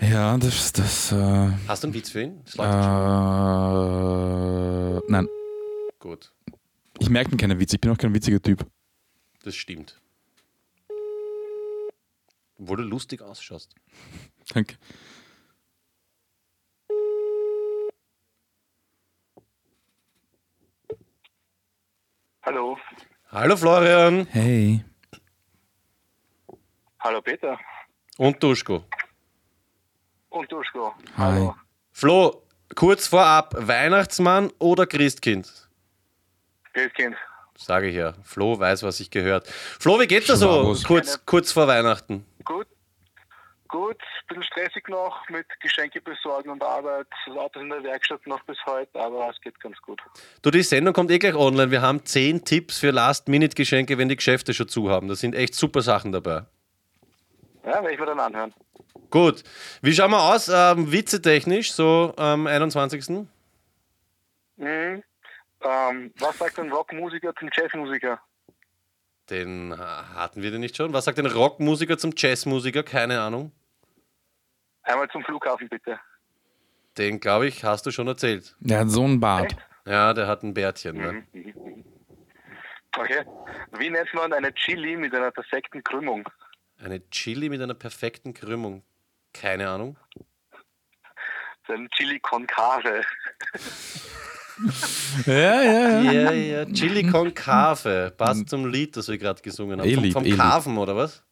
B: Ja, das, das, äh,
A: Hast du einen Witz für ihn? Das läuft
B: Ah.
A: schon.
B: äh, nein.
A: Gut,
B: Ich merke mir keine Witze, ich bin auch kein witziger Typ.
A: das stimmt. Obwohl du lustig ausschaust.
B: Danke.
H: Hallo.
A: Hallo Florian
B: Hey.
H: Hallo Peter.
A: und Duschko.
H: Und Duschko.
B: Hi.
H: Hallo.
A: Flo, kurz vorab, Weihnachtsmann oder Christkind?
H: Grüß Kind.
A: Sage ich ja. Flo weiß, was ich gehört. Flo, wie geht's dir so
B: Schwabos.
A: kurz, kurz vor Weihnachten?
H: Gut. Gut. Bisschen stressig noch mit Geschenke besorgen und Arbeit. Das Auto ist in der Werkstatt noch bis heute, aber es geht ganz gut.
A: Du, die Sendung kommt eh gleich online. Wir haben zehn Tipps für Last-Minute-Geschenke, wenn die Geschäfte schon zu haben. Da sind echt super Sachen dabei.
H: Ja, werde ich mir dann anhören.
A: Gut. Wie schauen wir aus? Ähm, witzetechnisch, so am 21.
H: Mhm. Ähm, was sagt ein Rockmusiker zum Jazzmusiker?
A: Den äh, hatten wir den nicht schon. Was sagt ein Rockmusiker zum Jazzmusiker? Keine Ahnung.
H: Einmal zum Flughafen bitte.
A: Den, glaube ich, hast du schon erzählt.
B: Der hat so einen Bart.
A: Ja, der hat ein Bärtchen. Ne?
H: Okay. Wie nennt man eine Chili mit einer perfekten Krümmung?
A: Eine Chili mit einer perfekten Krümmung. Keine Ahnung.
H: Das ist Ein Chili con carne.
B: Ja, ja, ja.
A: Ja, ja, Chili con Carve. Passt zum Lied, das wir gerade gesungen haben.
B: Eh
A: Vom,
B: lieb,
A: vom
B: eh lieb.
A: Carven, oder was?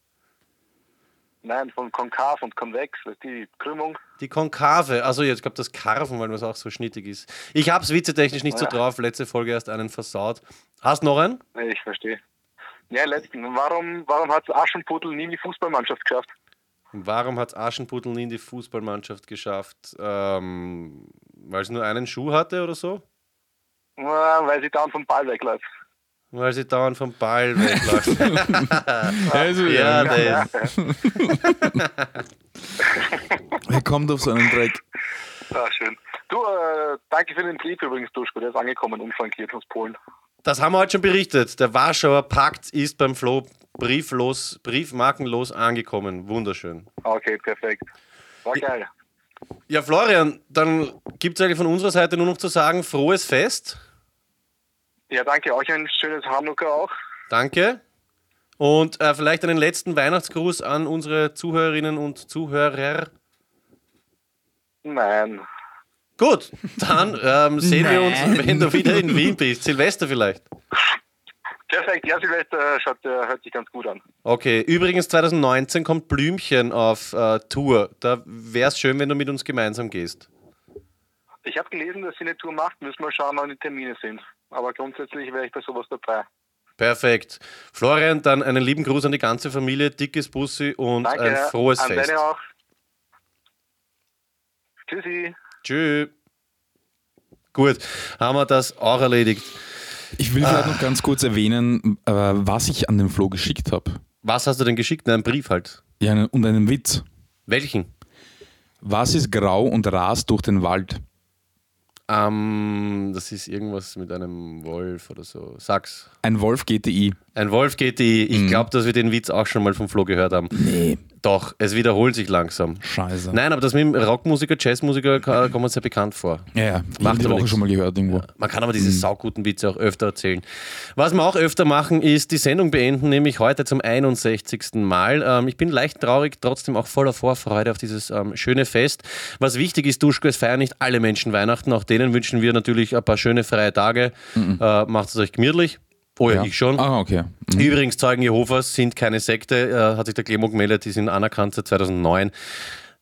H: Nein, von konkav und konvex, das ist die Krümmung.
A: Die Konkave, also jetzt glaube das Karven, weil das auch so schnittig ist. Ich hab's witzetechnisch nicht so drauf, letzte Folge erst einen versaut. Hast noch einen?
H: Nee, Ich verstehe. Ja, letzten. Warum, warum hat Aschenputtel nie in die Fußballmannschaft geschafft?
A: Warum hat's Aschenputtel nie in die Fußballmannschaft geschafft? Ähm, weil es nur einen Schuh hatte oder so?
H: Na, weil sie dann vom Ball wegläuft.
A: Weil sie dauernd vom Ball wegläuft.
B: Also,
A: ja,
B: ja.
A: das.
B: Er kommt auf so einen Dreck.
H: Ah, schön. Du, äh, danke für den Brief übrigens, Duschko. Der ist angekommen, unfrankiert aus Polen.
A: Das haben wir heute schon berichtet. Der Warschauer Pakt ist beim Flo brieflos, briefmarkenlos angekommen. Wunderschön.
H: Okay, perfekt. War geil.
A: Ja, Florian, dann gibt's eigentlich von unserer Seite nur noch zu sagen, frohes Fest.
H: Ja, danke. Euch ein schönes Hanukkah auch.
A: Danke. Und äh, vielleicht einen letzten Weihnachtsgruß an unsere Zuhörerinnen und Zuhörer.
H: Nein.
A: Gut, dann ähm, sehen wir uns, wenn du wieder in Wien bist. Silvester vielleicht.
H: Perfekt, ja, vielleicht äh, schaut, äh, hört sich ganz gut an.
A: Okay, übrigens 2019 kommt Blümchen auf äh, Tour. Da wäre es schön, wenn du mit uns gemeinsam gehst.
H: Ich habe gelesen, dass sie eine Tour macht, müssen wir schauen, wann die Termine sind. Aber grundsätzlich wäre ich bei sowas dabei.
A: Perfekt. Florian, dann einen lieben Gruß an die ganze Familie, dickes Bussi und
H: Danke,
A: ein frohes
H: an
A: Fest.
H: deine auch. Tschüssi.
A: Tschüss. Gut, haben wir das auch erledigt.
B: Ich will vielleicht noch ganz kurz erwähnen, äh, was ich an den Flo geschickt habe.
A: Was hast du denn geschickt? Na, einen Brief halt.
B: Ja, einen- und einen Witz.
A: Welchen?
B: Was ist grau und rast durch den Wald?
A: Ähm, das ist irgendwas mit einem Wolf oder so. Sag's.
B: Ein Wolf GTI.
A: Ein Wolf geht die. Ich glaube, dass wir den Witz auch schon mal vom Flo gehört haben.
B: Mhm. Nee.
A: Doch, es wiederholt sich langsam.
B: Scheiße.
A: Nein, aber das mit dem Rockmusiker, Jazzmusiker ka- kommt uns sehr bekannt vor.
B: Ja, ja. Ich
A: Macht
B: habe die
A: aber
B: Woche
A: nix.
B: schon mal gehört irgendwo.
A: Man kann aber diese
B: Mhm.
A: sauguten Witze auch öfter erzählen. Was wir auch öfter machen, ist die Sendung beenden, nämlich heute zum 61. Mal. Ähm, ich bin leicht traurig, trotzdem auch voller Vorfreude auf dieses ähm, schöne Fest. Was wichtig ist, Duschko, es feiern nicht alle Menschen Weihnachten. Auch denen wünschen wir natürlich ein paar schöne freie Tage. Äh, macht es euch gemütlich. Oh ja,
B: Mhm. Ja.
A: ich schon.
B: Ah, okay. Mhm.
A: Übrigens, Zeugen Jehovas sind keine Sekte, äh, hat sich der Clemo gemeldet, die sind anerkannt seit 2009.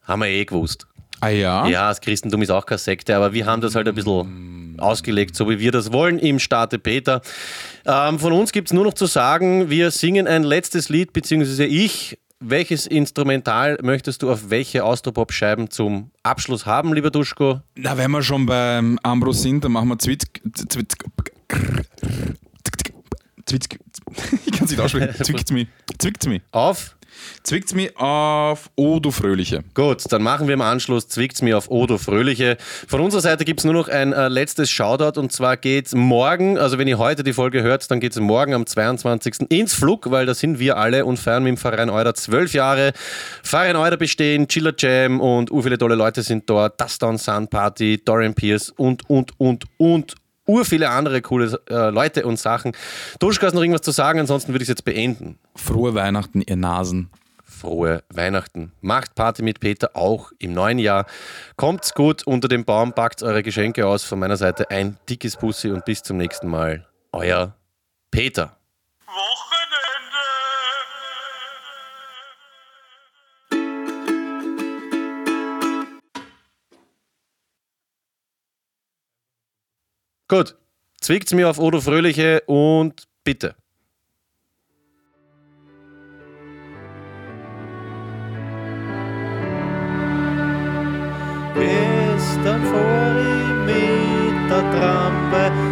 A: Haben wir eh gewusst.
B: Ah ja?
A: Ja, das Christentum ist auch keine Sekte, aber wir haben das halt ein bisschen ausgelegt, so wie wir das wollen im Staate Peter. Ähm, von uns gibt es nur noch zu sagen, wir singen ein letztes Lied, beziehungsweise ich. Welches Instrumental möchtest du auf welche Austropop-Scheiben zum Abschluss haben, lieber Duschko?
B: Na, wenn wir schon beim Ambro sind, dann machen wir Zwitz... Zwitz... Zwitz... Ich kann es nicht aussprechen. Zwickt's mich. Zwickt's mich.
A: Auf?
B: Zwickt's mich auf O, du Fröhliche.
A: Gut, dann machen wir im Anschluss Zwickt's mir auf Odo Fröhliche. Von unserer Seite gibt es nur noch ein äh, letztes Shoutout und zwar geht's morgen, also wenn ihr heute die Folge hört, dann geht's morgen am 22. ins Flug, weil da sind wir alle und feiern mit dem Verein Euder zwölf Jahre. Verein Euder bestehen, Chiller Jam und uh, viele tolle Leute sind dort, Dustdown Sun Party, Dorian Pierce und, und, und, und. Ur viele andere coole äh, Leute und Sachen. Duschka, hast noch irgendwas zu sagen? Ansonsten würde ich es jetzt beenden
B: Frohe Weihnachten, ihr Nasen.
A: frohe Weihnachten. Macht Party mit Peter auch im neuen Jahr. Kommt's gut unter dem Baum, packt eure Geschenke aus. Von meiner Seite ein dickes Bussi und bis zum nächsten Mal. Euer Peter. Gut, zwickt's mir auf Odo Fröhliche und bitte. Gestern fuhr ich mit der Trampe